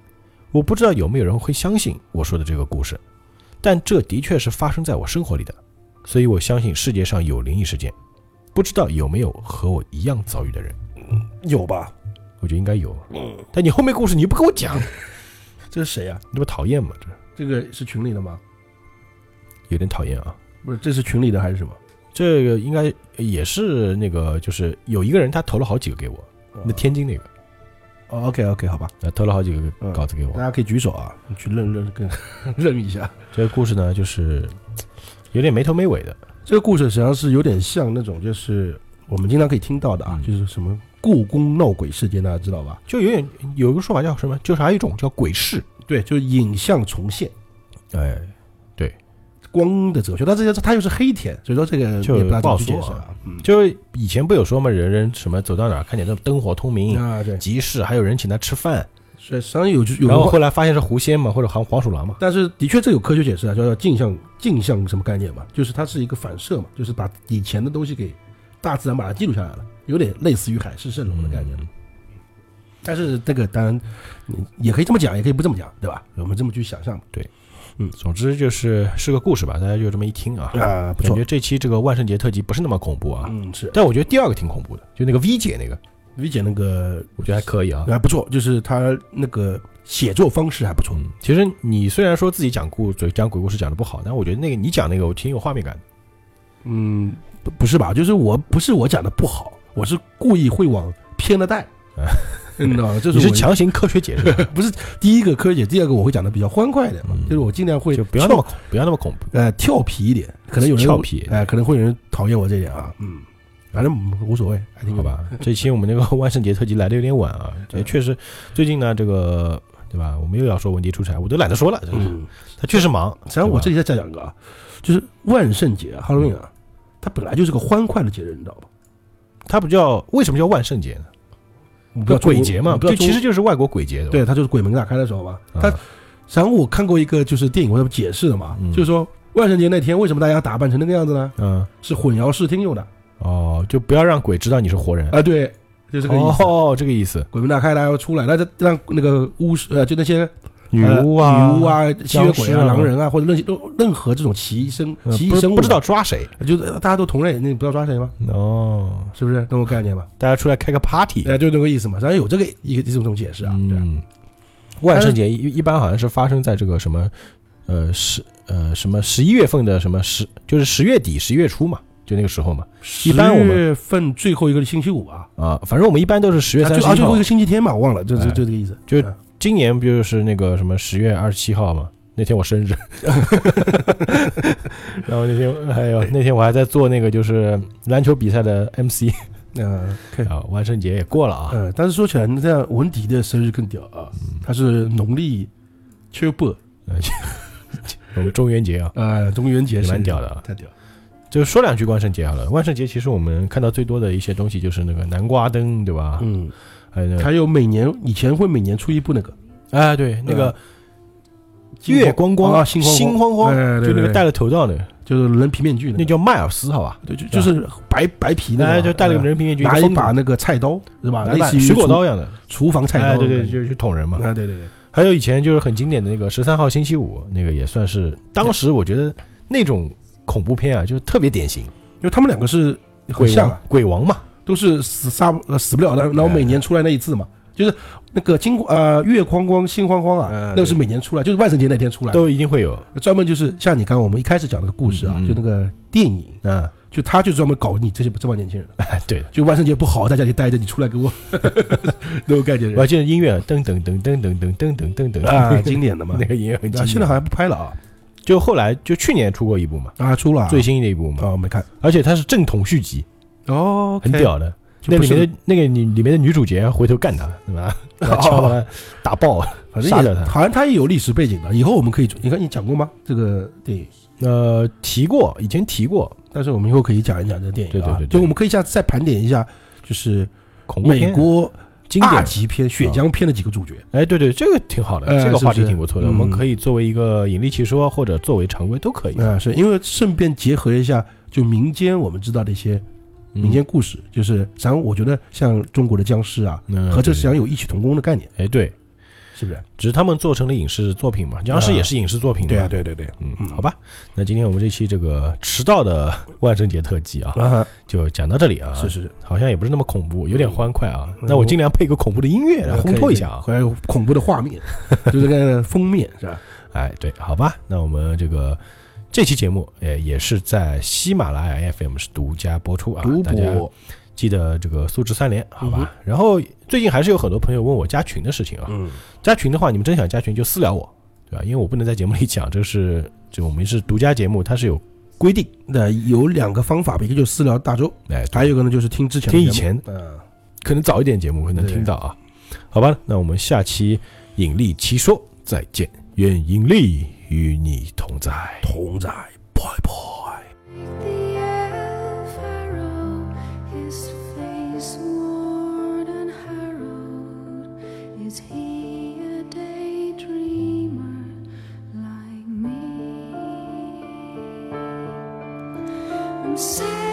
[SPEAKER 1] 我不知道有没有人会相信我说的这个故事，但这的确是发生在我生活里的，所以我相信世界上有灵异事件。不知道有没有和我一样遭遇的人，
[SPEAKER 2] 有吧？
[SPEAKER 1] 我觉得应该有。但你后面故事你又不跟我讲，
[SPEAKER 2] 这是谁呀？
[SPEAKER 1] 你这不讨厌吗？这
[SPEAKER 2] 这个是群里的吗？
[SPEAKER 1] 有点讨厌啊。
[SPEAKER 2] 不是，这是群里的还是什么？
[SPEAKER 1] 这个应该也是那个，就是有一个人他投了好几个给我，
[SPEAKER 2] 啊
[SPEAKER 1] 那天津那个，
[SPEAKER 2] ，OK，OK，好吧，
[SPEAKER 1] 呃，投了好几个
[SPEAKER 2] 嗯
[SPEAKER 1] 稿子给
[SPEAKER 2] 大
[SPEAKER 1] 我。
[SPEAKER 2] 家可以举手啊，你去认 认跟认一下。
[SPEAKER 1] 这个故事呢，就是有点没头没尾的，
[SPEAKER 2] 这个故事实际上是有点像那种，就是我们经常可以听到的啊，
[SPEAKER 1] 嗯
[SPEAKER 2] 就是什么故宫闹鬼事件，大家知道吧？
[SPEAKER 1] 就有点有一个说法叫什么，就是还有一种叫鬼市，
[SPEAKER 2] 对，就是影像重现，
[SPEAKER 1] 哎，
[SPEAKER 2] 光的哲学。但这些它又是黑天，所以说这个
[SPEAKER 1] 就
[SPEAKER 2] 也不知道怎么去
[SPEAKER 1] 不
[SPEAKER 2] 解
[SPEAKER 1] 好
[SPEAKER 2] 释
[SPEAKER 1] 说啊
[SPEAKER 2] 啊。嗯，
[SPEAKER 1] 就是以前不有说嘛，人人什么走到哪儿看见那灯火通明，
[SPEAKER 2] 啊，对，
[SPEAKER 1] 集市还有人请他吃饭，
[SPEAKER 2] 所以实际上有有
[SPEAKER 1] 然后
[SPEAKER 2] 人
[SPEAKER 1] 后来发现是狐仙嘛，或者黄黄鼠狼嘛，
[SPEAKER 2] 但是的确这有科学解释啊，叫叫镜像镜像什么概念嘛？就是它是一个反射嘛，就是把以前的东西给大自然把它记录下来了，有点类似于海市蜃楼的概念。
[SPEAKER 1] 嗯
[SPEAKER 2] 但是这个当然，你也可以这么讲，也可以不这么讲，对吧？我们这么去想象
[SPEAKER 1] 总之就是是个故事吧，大家就这么一听啊，
[SPEAKER 2] 啊，不
[SPEAKER 1] 感
[SPEAKER 2] 错
[SPEAKER 1] 觉，这期这个万圣节特辑不是那么恐怖啊，
[SPEAKER 2] 嗯，是
[SPEAKER 1] 但我觉得第二个挺恐怖的，就那个 V 姐那个。
[SPEAKER 2] V 姐那个
[SPEAKER 1] 我觉得还可以啊。
[SPEAKER 2] 还不错，就是她那个写作方式还不错。
[SPEAKER 1] 嗯，其实你虽然说自己讲故嘴讲鬼故事讲的不好，但我觉得那个你讲那个我挺有画面感的。
[SPEAKER 2] 嗯，不不是吧？就是我不是我讲的不好，我是故意会往偏了带
[SPEAKER 1] 啊。
[SPEAKER 2] 你知道吗？这
[SPEAKER 1] 你
[SPEAKER 2] 是
[SPEAKER 1] 是
[SPEAKER 2] 我
[SPEAKER 1] 强行科学解释的，
[SPEAKER 2] 不是第一个科学，第二个我会讲的比较欢快一点嘛，
[SPEAKER 1] 嗯
[SPEAKER 2] 就是我尽量 会
[SPEAKER 1] 就不要那
[SPEAKER 2] 跳
[SPEAKER 1] 么恐不要那么恐怖。
[SPEAKER 2] 呃跳皮一点，可能有人
[SPEAKER 1] 俏 皮
[SPEAKER 2] 哎、可能会有人讨厌我这一点啊，嗯，反正无所谓，还挺
[SPEAKER 1] 好吧，这期我们这个 万圣节特辑来的有点晚 啊，也确实最近呢，这个对吧？我们又要说文迪出差，我都懒得说了，真是
[SPEAKER 2] 嗯，
[SPEAKER 1] 他确实忙。
[SPEAKER 2] 实际上我这
[SPEAKER 1] 对吧
[SPEAKER 2] 里再再讲一个啊，就是万圣节啊，Halloween 啊，它本来就是个欢快的节日，你知道吧？
[SPEAKER 1] 他不叫为什么叫万圣节呢？
[SPEAKER 2] 你不要嗯
[SPEAKER 1] 鬼节嘛，
[SPEAKER 2] 不要
[SPEAKER 1] 就其实就是外国鬼节的嘛。
[SPEAKER 2] 对，它就是鬼门大开的时候嘛。
[SPEAKER 1] 啊
[SPEAKER 2] 它，然后我看过一个就是电影，我解释的嘛，
[SPEAKER 1] 嗯
[SPEAKER 2] 就是说万圣节那天为什么大家打扮成那个样子呢？
[SPEAKER 1] 嗯，
[SPEAKER 2] 是混淆视听用的
[SPEAKER 1] 哦，就不要让鬼知道你是活人。
[SPEAKER 2] 啊，对，就这个意思。
[SPEAKER 1] 哦，呃这个意思。
[SPEAKER 2] 鬼门大开，大家要出来，那就让那个巫师呃，就那些
[SPEAKER 1] 女
[SPEAKER 2] 呃
[SPEAKER 1] 巫啊，
[SPEAKER 2] 女巫，啊、吸血
[SPEAKER 1] 僵
[SPEAKER 2] 鬼
[SPEAKER 1] 尸
[SPEAKER 2] 啊、
[SPEAKER 1] 啊
[SPEAKER 2] 狼人啊，或者任任何这种奇异生
[SPEAKER 1] 呃
[SPEAKER 2] 奇
[SPEAKER 1] 不
[SPEAKER 2] 异生物啊，
[SPEAKER 1] 不知道抓谁。
[SPEAKER 2] 就是大家都同类，那你不知道抓谁吗？
[SPEAKER 1] 哦，
[SPEAKER 2] 是不是那种概念嘛？
[SPEAKER 1] 大家出来开个 party。
[SPEAKER 2] 哎，就那个意思嘛。咱有这个一个一种这种解释啊，对啊
[SPEAKER 1] 嗯，万圣节一一般好像是发生在这个什么，呃十呃什么十一月份的什么十，就是十月底十一月初嘛，就那个时候嘛。
[SPEAKER 2] 十
[SPEAKER 1] 一般我们
[SPEAKER 2] 月份最后一个星期五啊，
[SPEAKER 1] 啊，反正我们一般都是十月
[SPEAKER 2] 啊
[SPEAKER 1] 三
[SPEAKER 2] 就
[SPEAKER 1] 十
[SPEAKER 2] 啊
[SPEAKER 1] 一
[SPEAKER 2] 最后
[SPEAKER 1] 号
[SPEAKER 2] 一个。星期天嘛，我忘了，就就
[SPEAKER 1] 哎
[SPEAKER 2] 就这个意思。
[SPEAKER 1] 就
[SPEAKER 2] 嗯
[SPEAKER 1] 今年不就是那个什么十月二十七号嘛？那天我生 日，然后那天还有那天我还在做那个就是篮球比赛的 MC
[SPEAKER 2] 嗯，可以。
[SPEAKER 1] 啊，万圣节也过了啊，
[SPEAKER 2] 嗯，但是说起来，那这样文迪的生日更屌啊，他是农
[SPEAKER 1] 嗯
[SPEAKER 2] 历七月半，
[SPEAKER 1] 我们中元节啊
[SPEAKER 2] 呃，中元节
[SPEAKER 1] 也
[SPEAKER 2] 是
[SPEAKER 1] 蛮屌的啊。
[SPEAKER 2] 太屌了。
[SPEAKER 1] 就说两句万圣节好了，万圣节其实我们看到最多的一些东西就是那个南瓜灯，对吧？
[SPEAKER 2] 嗯，
[SPEAKER 1] 还有那个
[SPEAKER 2] 还有每年以前会每年出一部那个
[SPEAKER 1] 哎，对，那个月
[SPEAKER 2] 月
[SPEAKER 1] 光光
[SPEAKER 2] 啊，心慌
[SPEAKER 1] 心慌慌
[SPEAKER 2] 哎对
[SPEAKER 1] 就那个
[SPEAKER 2] 对
[SPEAKER 1] 戴了头罩那个，
[SPEAKER 2] 就是人皮面具个，
[SPEAKER 1] 那叫迈尔斯，好吧？
[SPEAKER 2] 对，就就是白白皮的嘛，
[SPEAKER 1] 哎，就戴了个
[SPEAKER 2] 嗯
[SPEAKER 1] 人皮面具，
[SPEAKER 2] 拿
[SPEAKER 1] 个
[SPEAKER 2] 一
[SPEAKER 1] 风
[SPEAKER 2] 把那个菜刀是吧？
[SPEAKER 1] 拿
[SPEAKER 2] 类
[SPEAKER 1] 一把
[SPEAKER 2] 似于
[SPEAKER 1] 水果
[SPEAKER 2] 厨
[SPEAKER 1] 刀一样的，
[SPEAKER 2] 厨房菜
[SPEAKER 1] 哎，
[SPEAKER 2] 刀，
[SPEAKER 1] 对对，就去捅人嘛。
[SPEAKER 2] 啊，对对对，
[SPEAKER 1] 还有以前就是很经典的那个十三号星期五，那个也算是当时我觉得那种恐怖片啊，就是特别典型，
[SPEAKER 2] 因为他们两个是很
[SPEAKER 1] 鬼
[SPEAKER 2] 像
[SPEAKER 1] 王
[SPEAKER 2] 啊，
[SPEAKER 1] 鬼王嘛，
[SPEAKER 2] 都是死杀不呃死不了的，然后
[SPEAKER 1] 哎
[SPEAKER 2] 每年出来那一次嘛，就是那个金呃月光光心慌慌
[SPEAKER 1] 哎
[SPEAKER 2] 啊，那个是每年出来，就是万圣节那天出来的，
[SPEAKER 1] 都一定会有。
[SPEAKER 2] 专门就是像你刚刚我们一开始讲那个故事啊
[SPEAKER 1] 嗯嗯，
[SPEAKER 2] 就那个电影，啊
[SPEAKER 1] 嗯，
[SPEAKER 2] 就他就专门搞你这些这帮年轻人，
[SPEAKER 1] 哎，对的。
[SPEAKER 2] 就万圣节不好，在家里待着，你出来给我 那种概念
[SPEAKER 1] 我
[SPEAKER 2] 人
[SPEAKER 1] 还记得音乐，噔噔噔噔噔噔噔噔噔噔
[SPEAKER 2] 啊，
[SPEAKER 1] 噔，
[SPEAKER 2] 经典的嘛
[SPEAKER 1] 那，个音乐很经
[SPEAKER 2] 啊，现在
[SPEAKER 1] 典。
[SPEAKER 2] 好像不拍了啊，
[SPEAKER 1] 就后来就去年出过一部嘛，
[SPEAKER 2] 啊，出了啊
[SPEAKER 1] 最新的一部嘛，
[SPEAKER 2] 啊，没看
[SPEAKER 1] 而且它是正统续集，
[SPEAKER 2] 哦
[SPEAKER 1] 很，屌的。
[SPEAKER 2] 就
[SPEAKER 1] 那
[SPEAKER 2] 不
[SPEAKER 1] 里
[SPEAKER 2] 是
[SPEAKER 1] 面的那个女里面的女主角回头干他，对吧？把
[SPEAKER 2] 哦
[SPEAKER 1] 枪把他 打爆，
[SPEAKER 2] 反
[SPEAKER 1] 杀
[SPEAKER 2] 正
[SPEAKER 1] 掉
[SPEAKER 2] 也
[SPEAKER 1] 他
[SPEAKER 2] 好像他也有历史背景的。以后我们可以，你看你讲过吗？这个电影，
[SPEAKER 1] 呃，提过，以前提过
[SPEAKER 2] 但是我们以后可以讲一讲这个电影、啊。
[SPEAKER 1] 对对对对
[SPEAKER 2] 就我们可以下次再盘点一下，就是
[SPEAKER 1] 恐怖
[SPEAKER 2] 美
[SPEAKER 1] 片，啊
[SPEAKER 2] 国
[SPEAKER 1] 经
[SPEAKER 2] 二
[SPEAKER 1] 典。
[SPEAKER 2] 级片、血浆片的几个主角。
[SPEAKER 1] 哎，对对，这个挺好的，
[SPEAKER 2] 哎
[SPEAKER 1] 这个话
[SPEAKER 2] 是
[SPEAKER 1] 题
[SPEAKER 2] 不是
[SPEAKER 1] 挺不错的，我
[SPEAKER 2] 嗯
[SPEAKER 1] 们可以作为一个引力奇说，或者作为常规都可以。
[SPEAKER 2] 啊、是因为顺便结合一下，就民间我们知道的一些民间故事，就是然后我觉得像中国的僵尸啊，
[SPEAKER 1] 嗯
[SPEAKER 2] 和这实际
[SPEAKER 1] 相
[SPEAKER 2] 上有异曲同工的概念，
[SPEAKER 1] 哎对，
[SPEAKER 2] 是不是？
[SPEAKER 1] 只是他们做成了影视作品嘛，僵尸也是影视作品嘛。
[SPEAKER 2] 对啊，对对对，
[SPEAKER 1] 嗯，
[SPEAKER 2] 嗯
[SPEAKER 1] 好吧，那今天我们这期这个迟到的万圣节特辑啊，
[SPEAKER 2] 啊，
[SPEAKER 1] 就讲到这里啊。
[SPEAKER 2] 是是是，
[SPEAKER 1] 好像也不是那么恐怖，有点欢快啊。
[SPEAKER 2] 嗯
[SPEAKER 1] 那我尽量配个恐怖的音乐来烘托一下啊。
[SPEAKER 2] 还有恐怖的 画面，就是那个封面是吧？
[SPEAKER 1] 哎，对，好吧，那我们这个这期节目，呃，也是在喜马拉雅 FM 是独家播出啊，
[SPEAKER 2] 独
[SPEAKER 1] 大家
[SPEAKER 2] 播，
[SPEAKER 1] 记得这个素质三连，好吧
[SPEAKER 2] 嗯哼？
[SPEAKER 1] 然后最近还是有很多朋友问我加群的事情啊，
[SPEAKER 2] 嗯，
[SPEAKER 1] 加群的话，你们真想加群就私聊我，对吧？因为我不能在节目里讲，这是就我们是独家节目，它是有规定，
[SPEAKER 2] 那有两个方法吧，一个就是私聊大周，
[SPEAKER 1] 哎，
[SPEAKER 2] 还有一个呢就是听之前的
[SPEAKER 1] 听以
[SPEAKER 2] 节目，
[SPEAKER 1] 前
[SPEAKER 2] 嗯，
[SPEAKER 1] 可能早一点节目可能听到啊，好吧？那我们下期引力奇说再见，愿引力与你同在。
[SPEAKER 2] 同在，拜拜。
[SPEAKER 3] The arrow, his face worn and harrowed, is he a daydreamer like me? And say